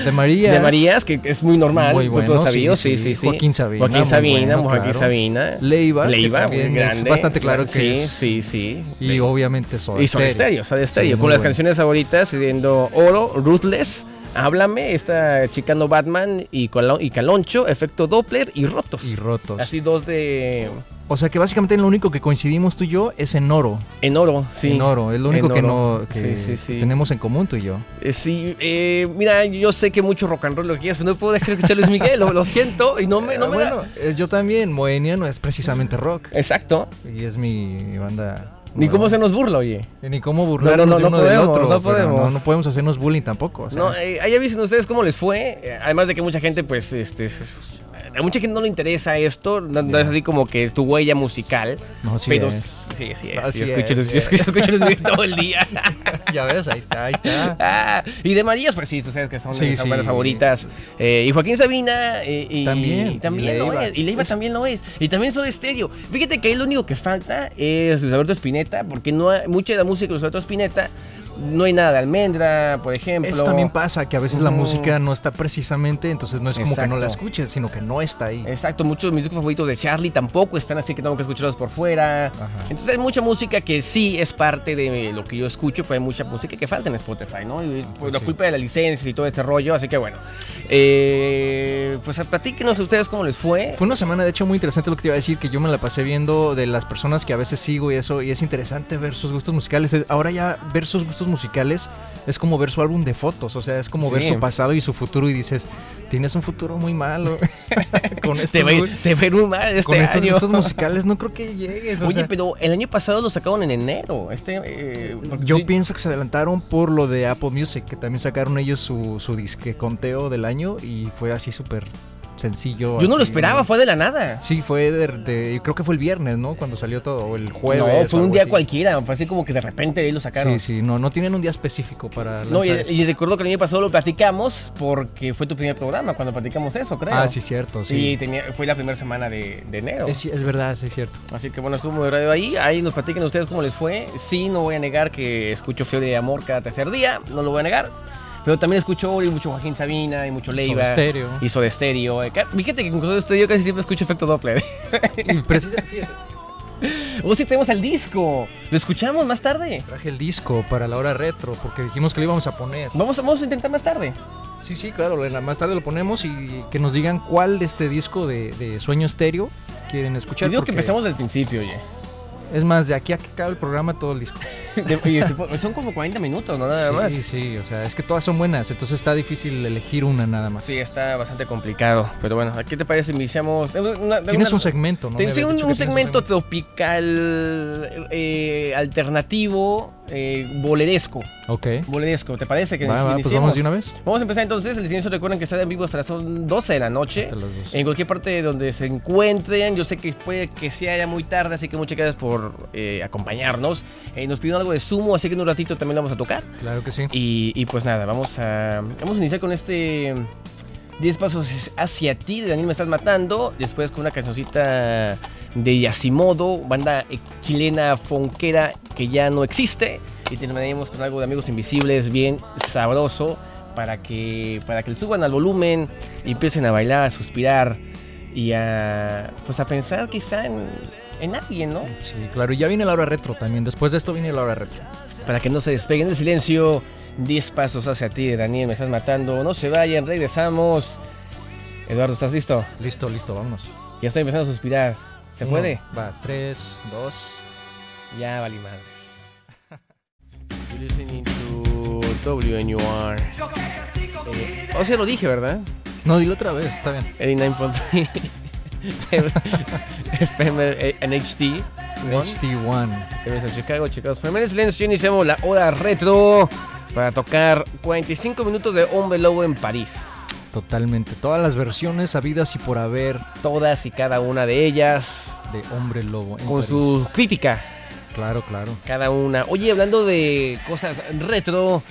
de Marías.
De Marías, que es muy normal.
Muy
tú
bueno,
todo
sí,
sabido,
sí.
sí, sí, sí.
Joaquín Sabina,
Joaquín
muy
Sabina,
bueno,
Joaquín
claro.
Sabina.
Leiva, que
Leiva, muy
también es
grande.
bastante claro que
sí,
es.
Sí, sí,
Y obviamente Soda
Y son
Stereo.
estéreo, son estéreo.
Sí,
con
muy
las
bueno.
canciones favoritas, siendo Oro, Ruthless, Háblame, está Chicano Batman y, Colo- y Caloncho, Efecto Doppler y Rotos.
Y Rotos.
Así dos de.
O sea que básicamente lo único que coincidimos tú y yo es en oro.
En oro, sí.
En oro. Es lo único
En
que
oro.
no
Sí,
que
sí, sí.
tenemos en común tú y yo.
Eh, sí, eh, mira, yo sé que mucho rock and roll lo quieres, pero no puedo dejar de escuchar a Luis Miguel, lo, lo siento, y no me. No
Ah,
me da-
bueno, eh, yo también. Moenia no es precisamente rock.
Exacto.
Y es mi banda.
Ni cómo se
bueno,
nos burla, oye.
Ni cómo burlarnos
No, no, no, no
de uno del
podemos,
otro.
no
pero
podemos.
No, no podemos hacernos bullying tampoco. o sea.
No, eh, ahí avisen ustedes cómo les fue. eh, Además de que mucha gente, pues, este. s- s- A mucha gente no le interesa esto, no, no es así como que tu huella musical.
No, sí
pero
es.
s- sí, sí es.
Así
yo escucho,
es,
los-
sí
yo escucho- escucho los videos todo el día.
Ya ves, ahí está, ahí está.
Ah, y de Marías, pues sí, tú sabes que son
Sí,
de las
sí.
bandas favoritas. Eh, y Joaquín Sabina. eh, y,
También,
Y también
y
lo
Leiva.
es. Y Leiva
Es-
también lo es. Y también Soda Stereo. Fíjate que ahí lo único que falta es Luis Alberto Spinetta, porque no hay- mucha de la música de Luis Alberto Spinetta no hay nada de almendra, por ejemplo.
Eso también pasa, que a veces la
Ujú.
música no está precisamente, entonces no es como que no la
Exacto.
escuches, sino que no está ahí.
Exacto, muchos de mis discos favoritos de Charlie tampoco están así que tengo que escucharlos por fuera.
Ajá.
Entonces hay mucha música que sí es parte de lo que yo escucho, pero hay mucha música que falta en Spotify, ¿no? Y por la
Ah, Sí.
culpa de la licencia y todo este rollo, así que bueno. Eh, pues platíquenos a ustedes cómo les fue.
Fue una semana, de hecho, muy interesante lo que te iba a decir, que yo me la pasé viendo de las personas que a veces sigo y eso, y es interesante ver sus gustos musicales. Es- Ahora ya ver sus gustos musicales es como ver su álbum de fotos, o sea, es como ver
Sí.
su pasado y su futuro y dices, tienes un futuro muy malo. con estos,
Te va a
gu-
ir- te va a ir muy mal
este con
este
estos
año.
gustos musicales no creo que llegues. o
Oye,
sea,
pero el año pasado lo sacaron en enero. Este, eh, porque
Yo
sí-
pienso que se adelantaron por lo de Apple Music, que también sacaron ellos su, su disque conteo del año y fue así súper sencillo.
yo no lo
así,
esperaba, fue de la nada.
Sí, fue de, de- creo que fue el viernes, ¿no? Cuando salió todo, o el jueves.
no, fue un
o algo
día
así.
cualquiera, fue así como que de repente ahí lo sacaron.
Sí, sí, no, no tienen un día específico para
No, y,
lanzar esto.
y recuerdo que el año pasado lo platicamos porque fue tu primer programa cuando platicamos eso, creo.
Ah, sí, cierto, sí.
Y tenía, fue la primera semana de, de enero.
Es, es verdad, sí, es cierto.
Así que bueno, estuvo muy radio ahí. Ahí nos platiquen ustedes cómo les fue. Sí, no voy a negar que escucho Fiebre de Amor cada tercer día, no lo voy a negar. Pero también escucho Ori, mucho Joaquín Sabina y mucho Leiva.
Soda Stereo.
Y Soda Stereo. Eh, ca- Fíjate que con Soda Stereo casi siempre escucho efecto Doppler.
Y precisamente
o si tenemos el disco. Lo escuchamos más tarde.
traje el disco para la hora retro, porque dijimos que lo íbamos a poner.
Vamos, vamos a intentar más tarde.
Sí, sí, claro, en la- más tarde lo ponemos y que nos digan cuál de este disco de, de Sueño Estéreo quieren
Yo
escuchar.
digo que
porque
empezamos del principio, oye.
Es más, de aquí a que acabe el programa todo el disco.
De- oye, se fue- son como 40 minutos, ¿no? Nada
sí,
más.
sí, o sea, es que todas son buenas, entonces está difícil elegir una nada más.
Sí, está bastante complicado. Pero bueno, ¿a qué te parece? si Iniciamos. de una- de
Tienes
una-
un segmento, ¿no?
Te-
Me
sí,
habías
un,
dicho
un
que tienes
segmento tropical, eh, alternativo, eh, boleresco.
Ok.
Boleresco, ¿te parece que
Va, va, pues
iniciemos?
vamos de una vez.
Vamos a empezar entonces. El inicio recuerden que está en vivo hasta las 12 de la noche.
Hasta las 12.
En cualquier parte donde se encuentren, yo sé que puede que sea ya muy tarde, así que muchas gracias por eh, acompañarnos. Eh, nos pidieron algo de sumo, así que en un ratito también lo vamos a tocar.
Claro que sí.
Y, y pues nada, vamos a, vamos a iniciar con este 10 pasos hacia ti de Daniel Me Estás Matando. Después con una cancioncita de Yasimodo, banda eh, chilena fonquera que ya no existe. Y terminaremos con algo de Amigos Invisibles, bien sabroso, para que, para que le suban al volumen y empiecen a bailar, a suspirar y a, pues a pensar quizá en, en alguien, ¿no?
Sí, claro, y ya viene la hora retro también. Después de esto viene la hora retro.
Para que no se despeguen del silencio, 10 pasos hacia ti, Daniel, me estás matando. No se vayan, regresamos. Eduardo, ¿estás listo?
Listo, listo, vámonos.
Ya estoy empezando a suspirar. ¿Se
Uno,
puede?
Va, tres, dos.
Ya, vale madre. You're listening to WNUR. Eh, o sea, lo dije, ¿verdad?
No, dilo otra vez, está bien.
89.3 FM eh, en HD. One.
HT1.
Bienvenidos a Chicago, chicos. Primero en silencio iniciamos la hora retro para tocar 45 minutos de Hombre Lobo en París.
Totalmente. Todas las versiones habidas y por haber
todas y cada una de ellas
de Hombre Lobo. en
con
París.
su crítica
Claro, claro.
Cada una. Oye, hablando de cosas retro,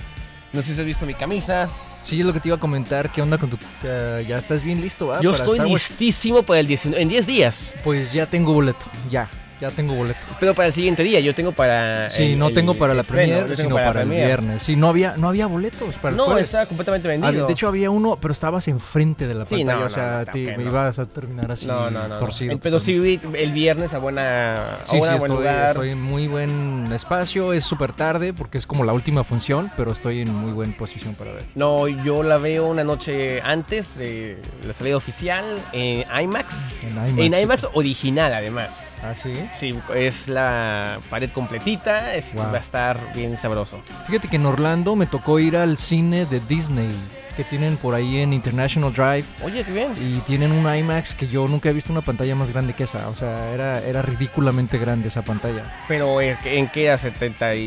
no sé si has visto mi camisa.
Sí, es lo que te iba a comentar. ¿Qué onda con tu.? o sea, ya estás bien listo, ¿va?
Yo
Para
estoy
Star Wars.
listísimo para el 19, en 10 días,
Pues ya tengo boleto. Ya. Ya tengo boleto.
pero para el siguiente día. Yo tengo para.
Sí,
el-
no
el
tengo para la
estreno,
premier,
yo tengo
sino para,
la
el
premier.
viernes. Sí, no había, no había boletos para el
No,
jueves.
estaba completamente
Había-
vendido.
de hecho, había uno, pero estabas enfrente de la
Sí,
pantalla.
no, no,
o sea,
no,
te
ok, no.
ibas a terminar así
no, no, no.
torcido.
no. Pero sí
totalmente.
vi el viernes a buena. A
Sí, sí,
buena buen
estoy,
lugar.
estoy en muy buen espacio. Es súper tarde porque es como la última función, pero estoy en muy buena posición para ver.
No, yo la veo una noche antes de la salida oficial en IMAX.
En IMAX.
En IMAX original, además.
Ah, sí.
Sí, es la pared completita, es,
Wow.
va a estar bien sabroso.
Fíjate que en Orlando me tocó ir al cine de Disney que tienen por ahí en International Drive
Oye, qué bien.
y tienen un IMAX que yo nunca he visto una pantalla más grande que esa. O sea, era, era ridículamente grande esa pantalla.
Pero ¿en qué- en qué a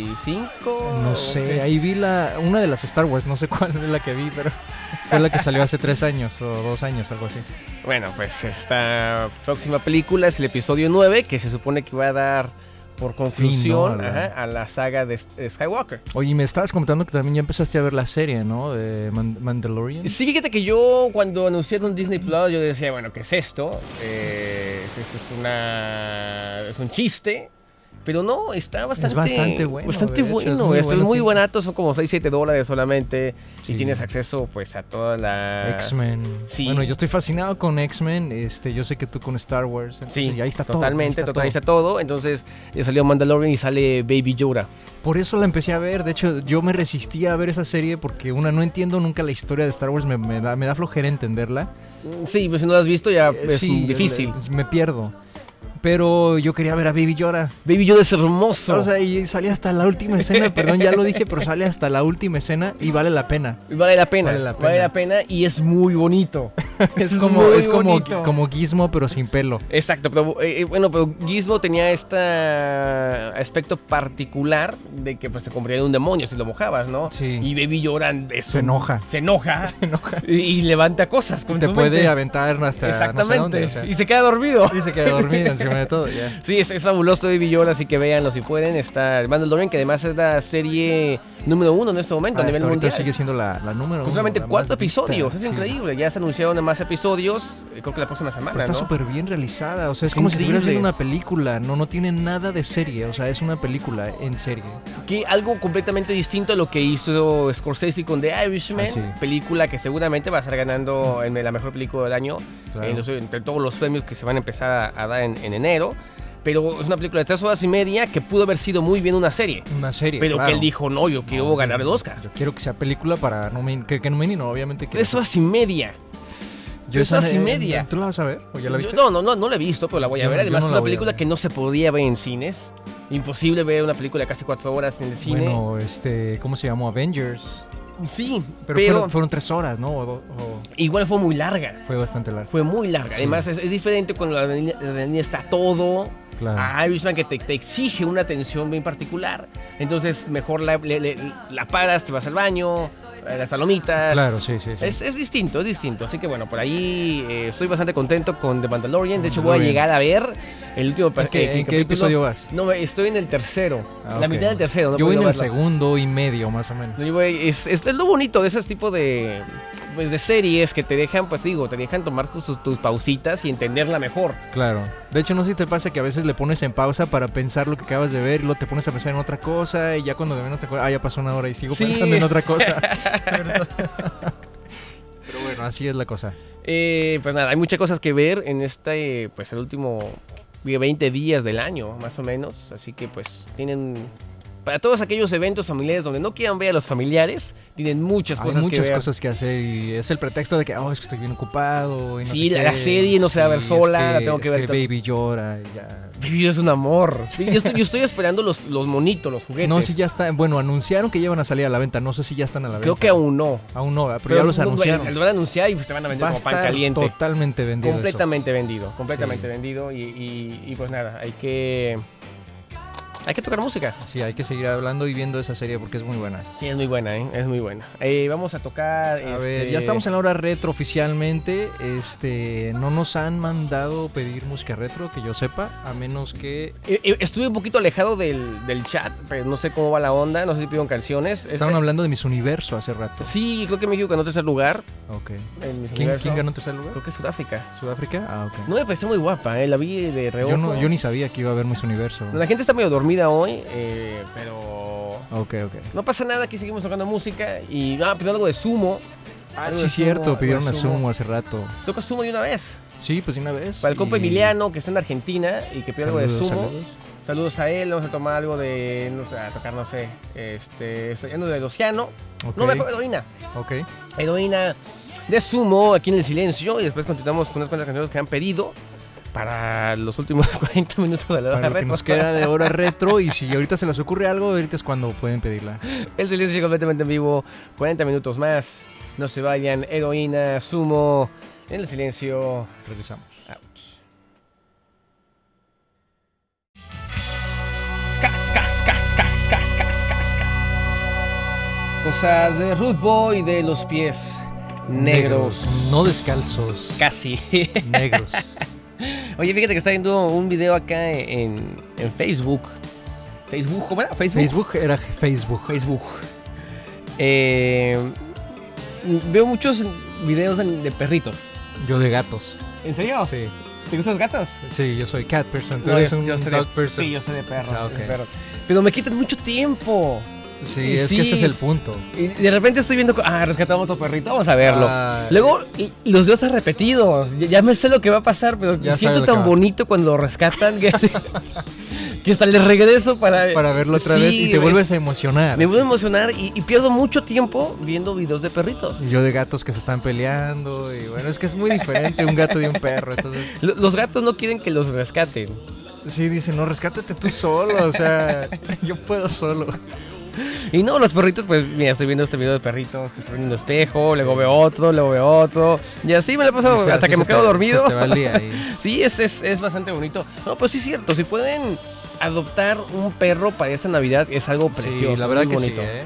75?
No
¿O
sé,
qué?
ahí vi la una de las Star Wars, no sé cuál es la que vi, pero fue la que salió hace tres años o dos años, algo así.
Bueno, pues esta próxima película es el episodio 9, que se supone que va a dar por conclusión
¿no? a la-
ajá, a la saga de S- de Skywalker.
Oye, y me estabas comentando que también ya empezaste a ver la serie, ¿no? De Man- Mandalorian.
Sí, fíjate que yo cuando anunciaron Disney Plus, yo decía, bueno, ¿qué es esto? Eh, es- es, es una, es un chiste. Pero no, está bastante,
bastante bueno,
Bastante
de hecho,
bueno.
es
esto
muy
es
bueno,
muy
tiene-
barato, son como 6, 7 dólares solamente.
Sí.
Y tienes acceso pues a toda la...
X-Men.
sí.
Bueno, yo estoy fascinado con X-Men. Este, yo sé que tú con Star Wars.
Sí,
entonces ya ahí está todo.
totalmente,
ahí está
total- ahí está todo. Entonces ya salió Mandalorian y sale Baby Yoda.
Por eso la empecé a ver. De hecho, yo me resistía a ver esa serie porque, una, no entiendo nunca la historia de Star Wars. Me, me da, me da flojera entenderla.
Sí, pues si no lo has visto ya
Eh,
es
sí,
difícil.
le- me pierdo. Pero yo quería ver a Baby Yoda.
Baby Yoda es hermoso.
O sea, y sale hasta la última escena. Perdón, ya lo dije, pero sale hasta la última escena y vale la pena.
vale la pena,
Vale la
vale la pena y es muy bonito.
Es
Es
como,
muy
es como,
bonito.
como Gizmo, pero sin pelo.
Exacto, pero eh, eh, bueno, pero Gizmo tenía este aspecto particular de que pues, se convertía en un demonio si lo mojabas, ¿no?
Sí.
Y Baby lloran,
Se enoja.
se enoja, se enoja y, y levanta cosas con
Te
su
puede
mente.
aventar hasta no sé
Exactamente,
dónde. o sea.
y se queda dormido.
Dice que dormida encima de todo, ya.
Sí, es, es fabuloso Baby Yoda, así que véanlo si pueden. Está el Mandalorian, que además es la serie número uno en este momento a nivel mundial.
Ah, sigue siendo la, la número
Con
uno,
solamente
la más
cuatro
vista,
episodios, es
sí.
increíble. Ya se anunciaron más episodios, eh, creo que la próxima
Pero
semana,
está
¿no?
súper bien realizada, o sea, es
Es
como si estuvieras
increíble.
viendo una película, no, no tiene nada de serie, o sea, es una película en serie.
que algo completamente distinto a lo que hizo Scorsese con The Irishman,
Ah, sí.
película que seguramente va a estar ganando en la mejor película del año,
Eh,
en los- entre todos los premios que se van a empezar a, a dar en, en enero. Pero es una película de tres horas y media que pudo haber sido muy bien una serie,
Una serie.
pero
claro.
que él dijo, no, yo quiero
No,
ganar el
yo-
Oscar.
Yo quiero que sea película para no me, que, que no me no, obviamente que.
Tres horas y media. tres horas y
eh,
media.
¿Tú la vas a ver? ¿O ya la viste?
No, no, no, no la he visto, pero la voy a
Yo no-
ver.
yo
Además,
no
es
la
una
voy a
película
ver.
que no se podía ver en cines. Imposible ver una película de casi cuatro horas en el cine.
Bueno, este, ¿cómo se llamó? Avengers.
sí, pero,
Pero, fueron, fueron tres horas, ¿no? O do- o-
igual fue muy larga.
fue bastante largo.
fue muy larga.
Sí.
Además, es, es diferente cuando la adrenalina, la adrenalina está todo. Ah,
Claro.
A Irishman que te, te exige una atención bien particular. Entonces, mejor la, le- le- la paras, te vas al baño, a las palomitas.
Claro, sí, sí. sí.
Es, es distinto, es distinto. Así que bueno, por ahí eh, estoy bastante contento con The Mandalorian. De hecho, voy a
Mandalorian.
llegar a ver el último pa-
¿En qué-
eh,
en
capítulo.
qué episodio vas?
No, estoy en el tercero.
Ah,
La
ok.
mitad del tercero. No
Yo
puedo
voy en el
verlo.
segundo y medio, más o menos.
No, yo voy- Es, es- es lo bonito de ese tipo de, pues, de series que te dejan, pues digo, te dejan tomar tus, tus pausitas y entenderla mejor.
Claro. De hecho, no sé si te pasa que a veces le pones en pausa para pensar lo que acabas de ver y luego te pones a pensar en otra cosa y ya cuando te ven otra cosa, ah, ya pasó una hora y sigo
Sí.
pensando en otra cosa. Pero bueno, así es la cosa.
Eh, pues nada, hay muchas cosas que ver en este, pues el último 20 días del año, más o menos. Así que pues tienen... Para todos aquellos eventos familiares donde no quieran ver a los familiares, tienen muchas
Hay
cosas
muchas
que ver.
cosas que hacer y es el pretexto de que, oh, es que estoy bien ocupado. y no
Sí,
sé
la- la
qué,
serie no se va a ver
es
sola, la tengo que
es
ver todo.
Baby llora. y ya.
Baby, es un amor. Sí, yo, estoy, yo estoy esperando los, los monitos, los juguetes.
No, si ya están. Bueno, anunciaron que ya van a salir a la venta. No sé si ya están a la
Creo
venta.
que aún no.
Aún no, ¿verdad? pero, ya los
no-
anunciaron.
Lo van a anunciar y pues, se van a vender
Va a
como pan
estar
caliente.
totalmente vendido. eso.
completamente vendido, completamente
Sí.
vendido y, y- y, pues nada, hay que Hay que tocar música.
Sí, hay que seguir hablando y viendo esa serie porque es muy buena.
Sí, es muy buena, ¿eh? Es muy buena. Eh, vamos a tocar. este,
A ver, ya estamos en la hora retro oficialmente. Este, no nos han mandado pedir música retro, que yo sepa, a menos que
eh, Estuve un poquito alejado del, del chat, pero no sé cómo va la onda. No sé si pidieron canciones. Es-
estaban hablando de Miss Universo hace rato.
Sí, creo que México ganó tercer lugar.
Ok.
en Miss
¿Quién,
Universo.
quién ganó tercer lugar?
Creo que Sudáfrica.
¿Sudáfrica? Ah, ok.
No me pareció muy guapa, ¿eh? La vi de reojo.
yo, no, yo ni sabía que iba a haber Miss Universo.
La gente está medio dormida hoy, eh, pero
Ok, ok.
no pasa nada, aquí seguimos tocando música y ah, pidió algo de sumo.
Ah,
Algo
sí,
de
cierto,
Sumo,
pidieron
algo
a
de
Sumo hace rato.
Toca sumo de una vez.
Sí, pues de una vez.
Para el compa
y-
Emiliano, que está en Argentina y que pidió algo de
Saludos,
sumo.
saludos.
Saludos a él, vamos a tomar algo de, no sé, a tocar, no sé, este, Soñando del Océano.
Ok,
No, mejor heroína.
ok.
Heroína de sumo aquí en el silencio y después continuamos con unas cuantas canciones que han pedido para los últimos 40 minutos de la hora
Para lo que
retro.
nos queda de hora retro y si ahorita se les ocurre algo, ahorita es cuando pueden pedirla.
El silencio completamente en vivo, 40 minutos más. No se vayan, heroína, sumo, en el silencio.
Regresamos.
Ouch. Cas, cas, cas, cas, cas, cas, cas, cas. Cosas de Root Boy de los pies negros.
No descalzos.
Casi.
Negros.
Oye, fíjate que está viendo un video acá en, en Facebook. ¿Facebook? ¿Cómo era?
Facebook era Facebook.
Facebook. Eh, veo muchos videos en- de perritos.
Yo de gatos.
¿En serio?
Sí.
¿Te gustan los gatos?
Sí, yo soy cat person. Tú
Oh. No,
eres
yo-
un
yo soy de-
dog person.
Sí, yo soy de perro.
Ah,
soy de
ok.
perro. Pero me quitan mucho tiempo.
Sí, es
Sí.
que ese es el punto.
Y de repente estoy viendo. co- Ah, rescatamos a otro perrito. Vamos a verlo.
Ay.
Luego, y- y los videos están repetidos. Ya, ya me sé lo que va a pasar, pero
Ya
siento
sabes lo que
tan
va.
bonito cuando lo rescatan que, que hasta les regreso para.
Para verlo otra
Sí,
vez y te
güey.
vuelves a emocionar.
Me vuelvo a emocionar y, y pierdo mucho tiempo viendo videos de perritos.
Y Yo de gatos que se están peleando y bueno, es que es muy diferente un gato de un perro. Entonces,
Lo- Los gatos no quieren que los rescaten.
sí, dicen, no, rescátate tú solo, o sea, yo puedo solo.
Y no, los perritos, pues mira, estoy viendo este video de perritos que estoy viendo espejo, luego veo otro, luego veo otro. Y así me lo he pasado
O sea,
hasta
sí
que me
se
quedo
te-
dormido.
se te va el día ahí.
sí, es, es, es bastante bonito. No, pues sí es cierto, si pueden adoptar un perro para esta Navidad es algo precioso,
sí, la verdad
muy
que
bonito.
sí, ¿eh?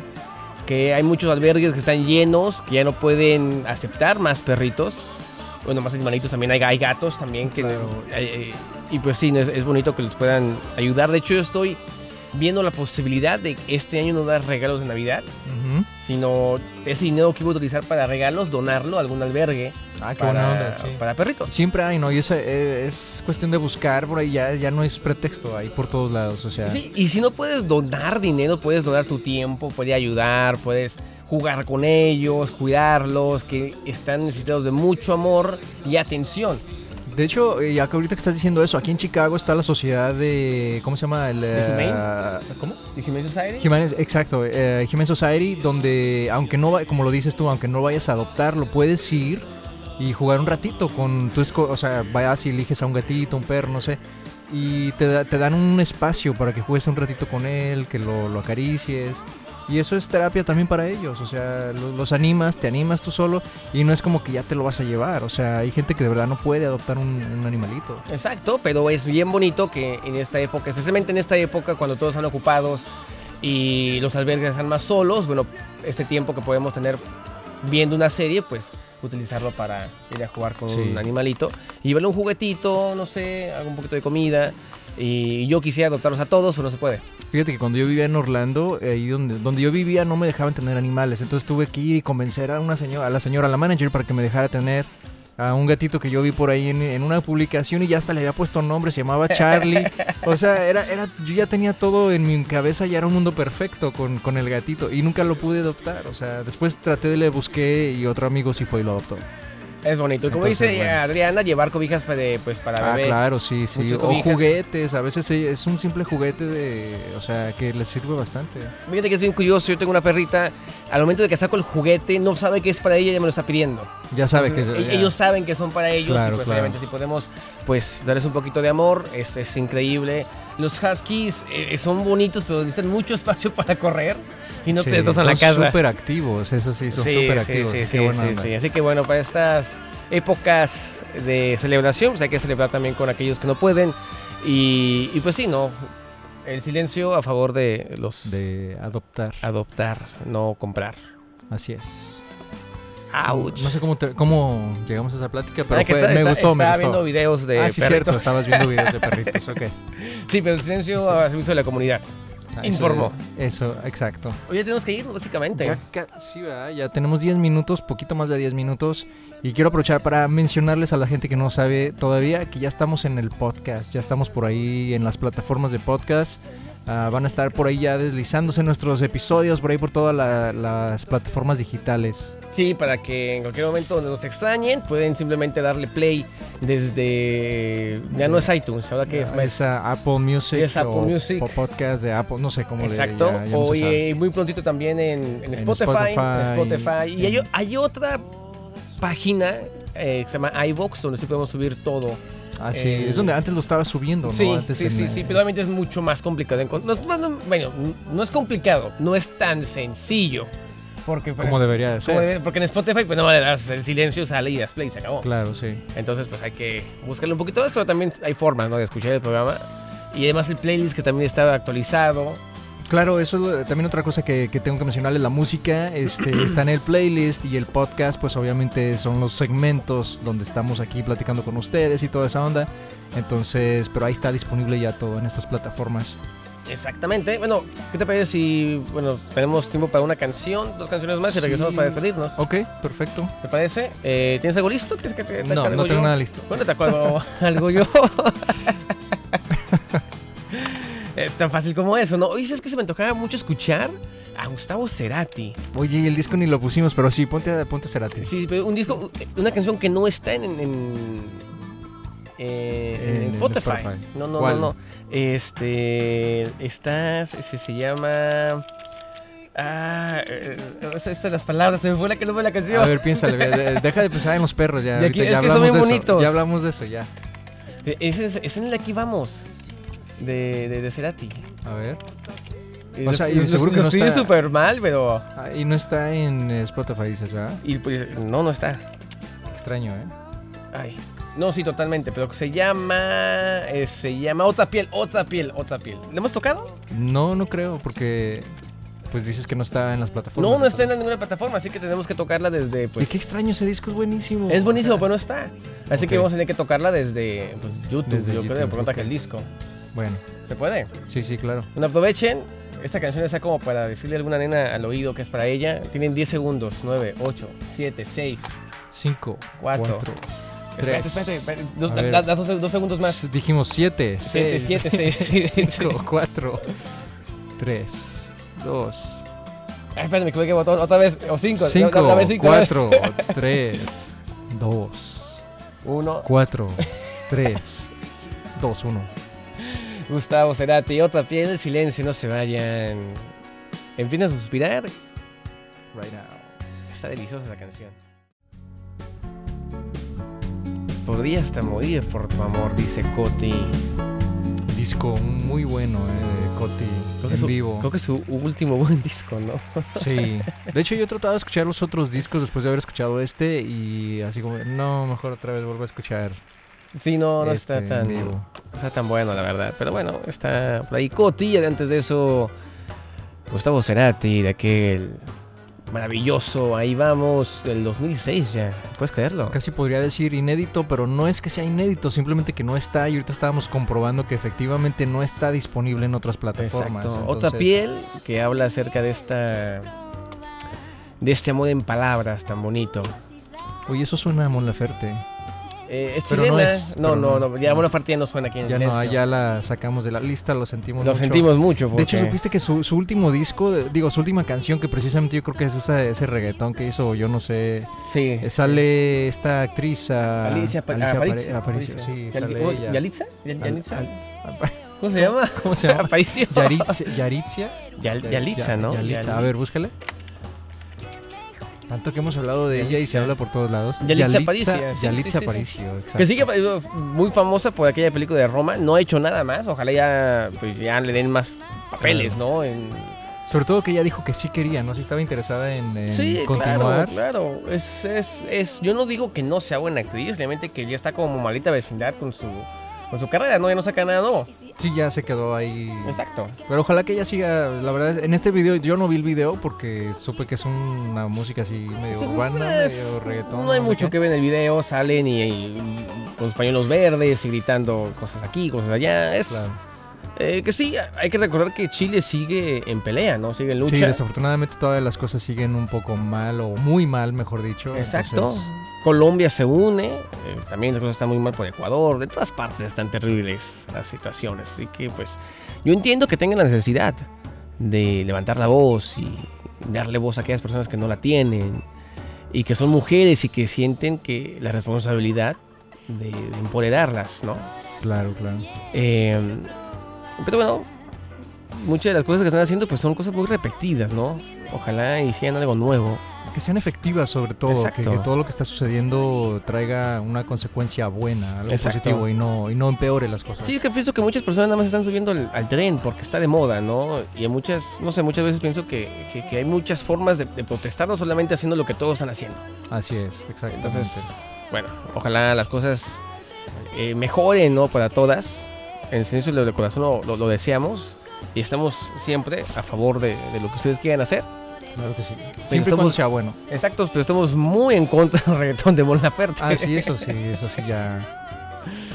Que hay muchos albergues que están llenos, que ya no pueden aceptar más perritos. Bueno, más animalitos también, hay, hay gatos también que...
Claro.
hay- hay- y pues sí, es, es bonito que les puedan ayudar. De hecho, yo estoy viendo la posibilidad de este año no dar regalos de Navidad
Ujú.
sino ese dinero que iba a utilizar para regalos, donarlo a algún albergue
Ah, qué buena
para,
onda, sí.
para perritos.
Siempre hay, ¿no? Y esa, eh, es, cuestión de buscar por ahí, ya, ya no es pretexto, hay por todos lados, o sea.
Sí, y si no puedes donar dinero, puedes donar tu tiempo, puedes ayudar, puedes jugar con ellos, cuidarlos, que están necesitados de mucho amor y atención.
De hecho, eh, ya que ahorita que estás diciendo eso, aquí en Chicago está la sociedad de, ¿cómo se llama? El, eh,
Humane? ¿Cómo? ¿Y Humane Society?
Jiménez, exacto, eh, Jiménez Society, donde aunque no, va- como lo dices tú, aunque no vayas a adoptarlo, puedes ir y jugar un ratito con tu esco- o sea, vas y eliges a un gatito, un perro, no sé, y te, da- te dan un espacio para que juegues un ratito con él, que lo, lo acaricies. Y eso es terapia también para ellos, o sea, lo- los animas, te animas tú solo y no es como que ya te lo vas a llevar, o sea, hay gente que de verdad no puede adoptar un, un animalito.
Exacto, pero es bien bonito que en esta época, especialmente en esta época cuando todos están ocupados y los albergues están más solos, bueno, este tiempo que podemos tener viendo una serie, pues utilizarlo para ir a jugar con
Sí.
un animalito y llevarle un juguetito, no sé, algún poquito de comida. Y yo quisiera adoptarlos a todos, pero no se puede.
Fíjate que cuando yo vivía en Orlando, ahí donde, donde yo vivía no me dejaban tener animales, entonces tuve que ir y convencer a una señora, a la señora, a la manager, para que me dejara tener a un gatito que yo vi por ahí en, en una publicación y ya hasta le había puesto nombre, se llamaba Charlie. O sea, era, era, yo ya tenía todo en mi cabeza, ya era un mundo perfecto con, con el gatito y nunca lo pude adoptar. O sea, después traté de le busqué y otro amigo sí fue y lo adoptó.
Es bonito. Y como
Entonces,
dice
bueno.
Adriana, llevar cobijas para, de- pues, para
Ah,
bebé.
claro, sí, sí.
Muchas
O
cobijas.
juguetes, a veces eh, es un simple juguete de, o sea, que les sirve bastante.
Fíjate que es bien curioso, yo tengo una perrita, al momento de que saco el juguete, no sabe que es para ella y ya me lo está pidiendo.
Ya sabe que
Entonces,
ya.
e- ellos saben que son para ellos
Claro,
y pues
claro.
obviamente si podemos pues darles un poquito de amor es, es increíble los huskies eh, son bonitos pero necesitan mucho espacio para correr y no
Sí,
te destrozan la
son
casa
súper activos, eso sí, son
Sí,
súper
sí,
activos.
sí,
qué
sí,
buena
sí,
onda.
sí. así que bueno para estas épocas de celebración pues hay que celebrar también con aquellos que no pueden y, y pues sí no El silencio a favor de los
de adoptar.
adoptar, no comprar.
Así es.
Ouch.
No sé cómo, te- cómo llegamos a esa plática, pero
Ah, que
fue-
está-
me
está-
gustó, me
estaba
gustó.
viendo videos de
ah, sí,
perritos.
cierto, estabas viendo videos de perritos, ok.
Sí, pero el silencio
Sí.
a servicio de la comunidad.
Ah, eso-
Informó.
Eso, exacto.
Oye, tenemos que ir, básicamente.
Ya, ca- sí, ¿verdad? ya tenemos 10 minutos, poquito más de 10 minutos. Y quiero aprovechar para mencionarles a la gente que no sabe todavía que ya estamos en el podcast, ya estamos por ahí en las plataformas de podcast. Ah, van a estar por ahí ya deslizándose nuestros episodios, por ahí por todas la- las plataformas digitales.
Sí, para que en cualquier momento donde nos extrañen, pueden simplemente darle play desde... Ya no es iTunes, ahora que es
Ah,
más...
es ah, Apple Music.
Es Apple
o,
Music.
o podcast de Apple, no sé cómo le
Exacto.
ya- ya no se
o,
sabe.
eh, muy prontito también en, en
En
Spotify, en
Spotify,
Spotify. Y hay,
en-
hay otra página eh, que se llama iVox, donde sí podemos subir todo.
Ah, sí,
eh,
es donde antes lo estaba subiendo, ¿no?
Sí,
Antes
sí,
en,
sí,
eh,
sí, pero obviamente es mucho más complicado. de encont- No, es- no- no- bueno, no es complicado, no es tan sencillo. Porque, pues,
Como debería de
como
ser.
de- porque en Spotify, pues no le das el silencio, sale y das play y se acabó.
Claro, sí.
Entonces, pues hay que buscarle un poquito más, pero también hay formas ¿no? de escuchar el programa. Y además el playlist que también está actualizado.
Claro, eso es lo- también otra cosa que, que tengo que mencionar es la música. Este, está en el playlist y el podcast, pues obviamente son los segmentos donde estamos aquí platicando con ustedes y toda esa onda. Entonces, pero ahí está disponible ya todo en estas plataformas.
Exactamente. Bueno, ¿qué te parece si bueno, tenemos tiempo para una canción, dos canciones más y
Sí.
regresamos para despedirnos?
Ok, perfecto.
¿Te parece? Eh, ¿Tienes algo listo? ¿Quieres que te, te
No,
haga
no
algo
tengo
yo?
nada listo.
Bueno, te acuerdo algo yo. es tan fácil como eso, ¿no? Oye, es que se me antojaba mucho escuchar a Gustavo Cerati.
Oye, y el disco ni lo pusimos, pero sí, ponte a, ponte a Cerati.
Sí, pero un disco, una canción que no está en, en, en, eh, en
En- en
Spotify.
Spotify.
No, no,
¿Cuál?
no, no. Este, esta se, se llama. Ah, eh, esta, esta de las palabras, se me fue la que no fue la canción.
A ver, piénsale, ve, de- deja de pensar en los perros ya.
De aquí-
ahorita
es
ya
que son bien
hablamos de eso.
bonitos.
Ya hablamos de eso, ya.
Eh, Esa es, esa es en la que íbamos. De, de, de Cerati.
A ver.
Eh,
O sea,
lo-
y
lo-
seguro que
lo
no
escribí
está-
súper mal, pero.
Ah, Y no está en eh, Spotify, dices, ¿verdad?
Y pues, no, no está.
Extraño, ¿eh?
Ay. No, sí, totalmente, pero se llama. eh, se llama Otra piel, otra piel, otra piel. ¿Le hemos tocado?
No, no creo, porque pues dices que no está en las plataformas.
No, no está en ninguna plataforma, así que tenemos que tocarla desde,
Y
pues...
qué extraño, ese disco es buenísimo.
Es buenísimo,
O sea,
pero no está. Así que
Ok.
vamos a tener que tocarla desde pues, YouTube,
Desde
yo creo,
YouTube,
por contra que
ok.
el disco.
Bueno,
¿Se puede?
sí, sí, claro.
Bueno, aprovechen. Esta canción está como para decirle a alguna nena al oído que es para ella. Tienen 10 segundos. 9, 8, 7, 6.
Cinco,
Cuatro,
cuatro,
Espérate,
tres.
espérate, espérate. Dos,
A ver.
da- da- dos- dos segundos más.
s- Dijimos siete,
Siete,
seis,
siete, seis, sí, sí,
cinco,
sí.
cuatro, tres, dos,
Ay, espérate, me equivoqué. Otra, otra vez. O 5.
cinco,
otra vez 5.
cuatro, tres, dos,
1.
cuatro, tres, dos, uno.
Gustavo Cerati. Otra piel. El silencio. No se vayan. Empiezan a suspirar.
Right now.
Está deliciosa esa canción. Podría hasta morir por tu amor, dice Coti.
Disco muy bueno, eh, de Coti, en
su,
vivo.
creo que es su último buen disco, ¿no?
Sí. De hecho, yo trataba de escuchar los otros discos después de haber escuchado este y así como, no, mejor otra vez vuelvo a escuchar.
Sí, no, no
este
está
en
tan
vivo.
no está tan bueno, la verdad. Pero bueno, está por ahí Coti. Y antes de eso, Gustavo Cerati, de aquel maravilloso Ahí vamos, del 2006 ya. ¿Puedes creerlo?
Casi podría decir inédito, pero no es que sea inédito, simplemente que no está. Y ahorita estábamos comprobando que efectivamente no está disponible en otras plataformas.
Exacto. Otra
Entonces,
piel que habla acerca de esta. de este amor en palabras tan bonito.
Oye, eso suena a Mon Laferte.
Eh, es
Pero no
chilena.
es,
no,
pero
no, no,
no.
Ya Mona Farte ya no suena aquí en
Ya
silencio.
no, ya la sacamos de la lista, lo sentimos.
Lo
mucho.
sentimos mucho.
De hecho,
porque-
supiste que su, su último disco, eh, digo, su última canción, que precisamente yo creo que es esa- ese reggaetón que hizo, yo no sé,
Sí.
Eh, Sale esta actriz a-
Alicia, Pa-
Alicia
Aparicio.
Apare- Aparicio, sí,
Yali-
sale
¿cómo-
ella.
¿Yalitza? Yal-
Al-
¿Yalitza?
al- apa-
¿Cómo se llama?
¿Cómo se llama?
Aparicio.
Yaritza, Yaritzia.
Yal-
Yar-
Yalitza,
Ya-
¿no?
Yalitza.
Yal-
A ver, búscale. Tanto que hemos hablado de ella y se
Yalitza.
habla por todos lados.
Yalitza Aparicio, sí, sí,
Yalitza
sí, sí.
Aparicio, exacto.
Que sigue eh, muy famosa por aquella película de Roma. No ha hecho nada más. Ojalá ya, pues, ya le den más papeles, ¿no? En...
Sobre todo que ella dijo que sí quería, ¿no? Si estaba interesada en, en
Sí,
continuar.
claro, claro. Es, es, es, yo no digo que no sea buena actriz. Realmente que ya está como malita vecindad con su con su carrera, ¿no? Ya no saca nada nuevo.
Sí, ya se quedó ahí.
Exacto.
Pero ojalá que ella siga, la verdad, en este video yo no vi el video porque supe que es una música así medio urbana,
Pues,
medio reggaetón.
no hay
sé
mucho
qué.
que ver en el video, salen y, y- con los pañuelos verdes y gritando cosas aquí, cosas allá. Es
Claro.
eh, que sí, hay que recordar que Chile sigue en pelea, ¿no? Sigue en lucha.
Sí, desafortunadamente todavía las cosas siguen un poco mal o muy mal, mejor dicho.
Exacto.
entonces,
Colombia se une, eh, también las cosas están muy mal por Ecuador, de todas partes están terribles las situaciones, así que pues yo entiendo que tengan la necesidad de levantar la voz y darle voz a aquellas personas que no la tienen y que son mujeres y que sienten que la responsabilidad de, de empoderarlas, ¿no?
claro, claro.
Eh, pero bueno, muchas de las cosas que están haciendo pues son cosas muy repetidas, ¿no? Ojalá hicieran algo nuevo.
Que sean efectivas sobre todo, que,
Exacto.
que todo lo que está sucediendo traiga una consecuencia buena, algo
Exacto.
positivo y no, y no empeore las cosas.
Sí, es que pienso que muchas personas nada más están subiendo al, al tren porque está de moda, ¿no? Y hay muchas, no sé, muchas veces pienso que, que- que hay muchas formas de, de protestar, no solamente haciendo lo que todos están haciendo.
Así es, exactamente.
Entonces, bueno, ojalá las cosas eh, mejoren, ¿no? Para todas. En el silencio de corazón lo, lo- lo deseamos y estamos siempre a favor de, de lo que ustedes quieran hacer.
claro que sí. Siempre y
estamos-
cuando sea bueno.
Exactos, pero estamos muy en contra del reggaetón de Mon Laferte.
Ah, sí, eso sí, eso sí ya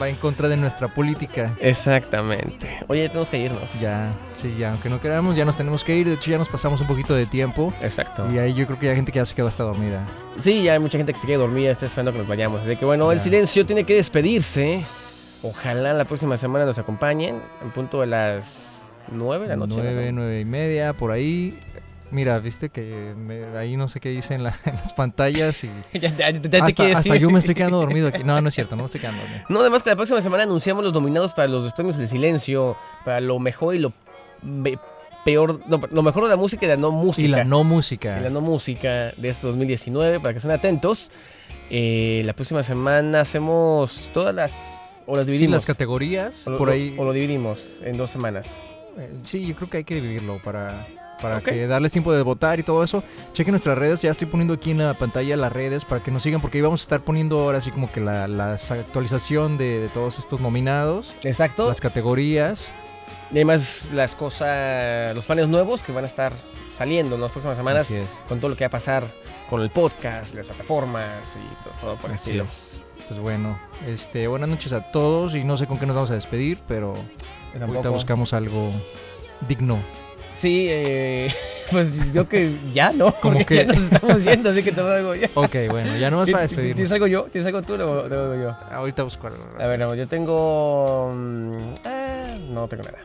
va en contra de nuestra política.
Exactamente. Oye, tenemos que irnos.
Ya, sí, ya, aunque no queramos, ya nos tenemos que ir. De hecho, ya nos pasamos un poquito de tiempo.
Exacto.
Y ahí yo creo que hay gente que ya se quedó hasta dormida.
Sí, ya hay mucha gente que se queda dormida, está esperando que nos vayamos. Así que bueno, el
Ya.
silencio tiene que despedirse. Ojalá la próxima semana nos acompañen en punto de las 9 de la noche. no sé.
Nueve, nueve y media, por ahí. Mira, viste que me- ahí no sé qué dicen en las pantallas y...
ya, ya- ya te
hasta,
quiero
hasta
decir.
yo me estoy quedando dormido aquí. No, no es cierto, no me estoy quedando dormido.
No, además que la próxima semana anunciamos los nominados para los premios del silencio, para lo mejor y lo be- peor, no, lo mejor de la música y la no música.
Y la no música.
Y la no música de este 2019, para que estén atentos. Eh, la próxima semana hacemos todas las... O las
Sí,
dividimos.
las categorías,
O lo-
por
lo-
ahí...
o lo dividimos en dos semanas.
eh, Sí, yo creo que hay que dividirlo para, para
Ok.
que darles tiempo de votar y todo eso. Chequen nuestras redes, ya estoy poniendo aquí en la pantalla las redes para que nos sigan porque ahí vamos a estar poniendo ahora así como que la, las actualización de, de todos estos nominados,
Exacto.
las categorías.
Y además las cosas, los planes nuevos que van a estar saliendo en las próximas semanas
Así es,
con todo lo que va a pasar con el podcast, las plataformas y to- todo, por el
así
estilo.
es. Pues bueno, este, buenas noches a todos y no sé con qué nos vamos a despedir, pero
Yo
ahorita
tampoco-
buscamos algo digno.
Sí, eh, pues yo que ya, ¿no?
Como
Porque
que-
ya nos estamos yendo, así que te lo hago yo.
Ok, bueno, ya no más para
¿Tien-
despedirnos.
¿Tienes algo yo? ¿Tienes algo tú? Luego, luego yo.
Ahorita busco algo.
A ver, no, yo tengo... mm, ah, no tengo nada.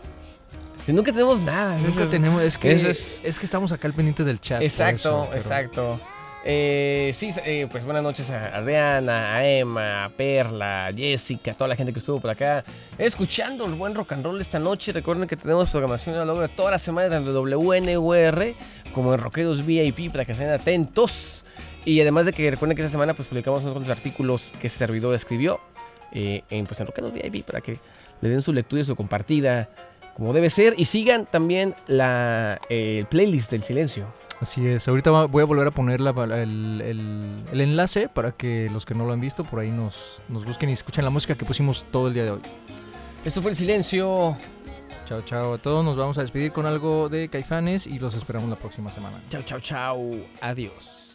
Si nunca tenemos nada. eso
Nunca
es-
tenemos, es que,
ese
es,
es-
que estamos acá al pendiente del chat. por
Exacto,
eso, pero-
exacto. Eh, sí, eh, pues buenas noches a Adriana, a Emma, a Perla, a Jessica, a toda la gente que estuvo por acá escuchando el buen rock and roll esta noche. Recuerden que tenemos programación a lo largo de todas las semanas en WNUR, como en Rockeros VIP, para que estén atentos. Y además de que recuerden que esta semana pues, publicamos unos cuantos artículos que ese servidor escribió eh, en, pues, en Rockeros VIP para que le den su lectura y su compartida como debe ser. Y sigan también la eh, playlist del silencio.
Así es, ahorita va- voy a volver a poner la- el, el- el enlace para que los que no lo han visto por ahí nos, nos busquen y escuchen la música que pusimos todo el día de hoy.
Esto fue el silencio.
Chao, chao a todos, nos vamos a despedir con algo de Caifanes y los esperamos la próxima semana.
Chao, chao, chao. Adiós.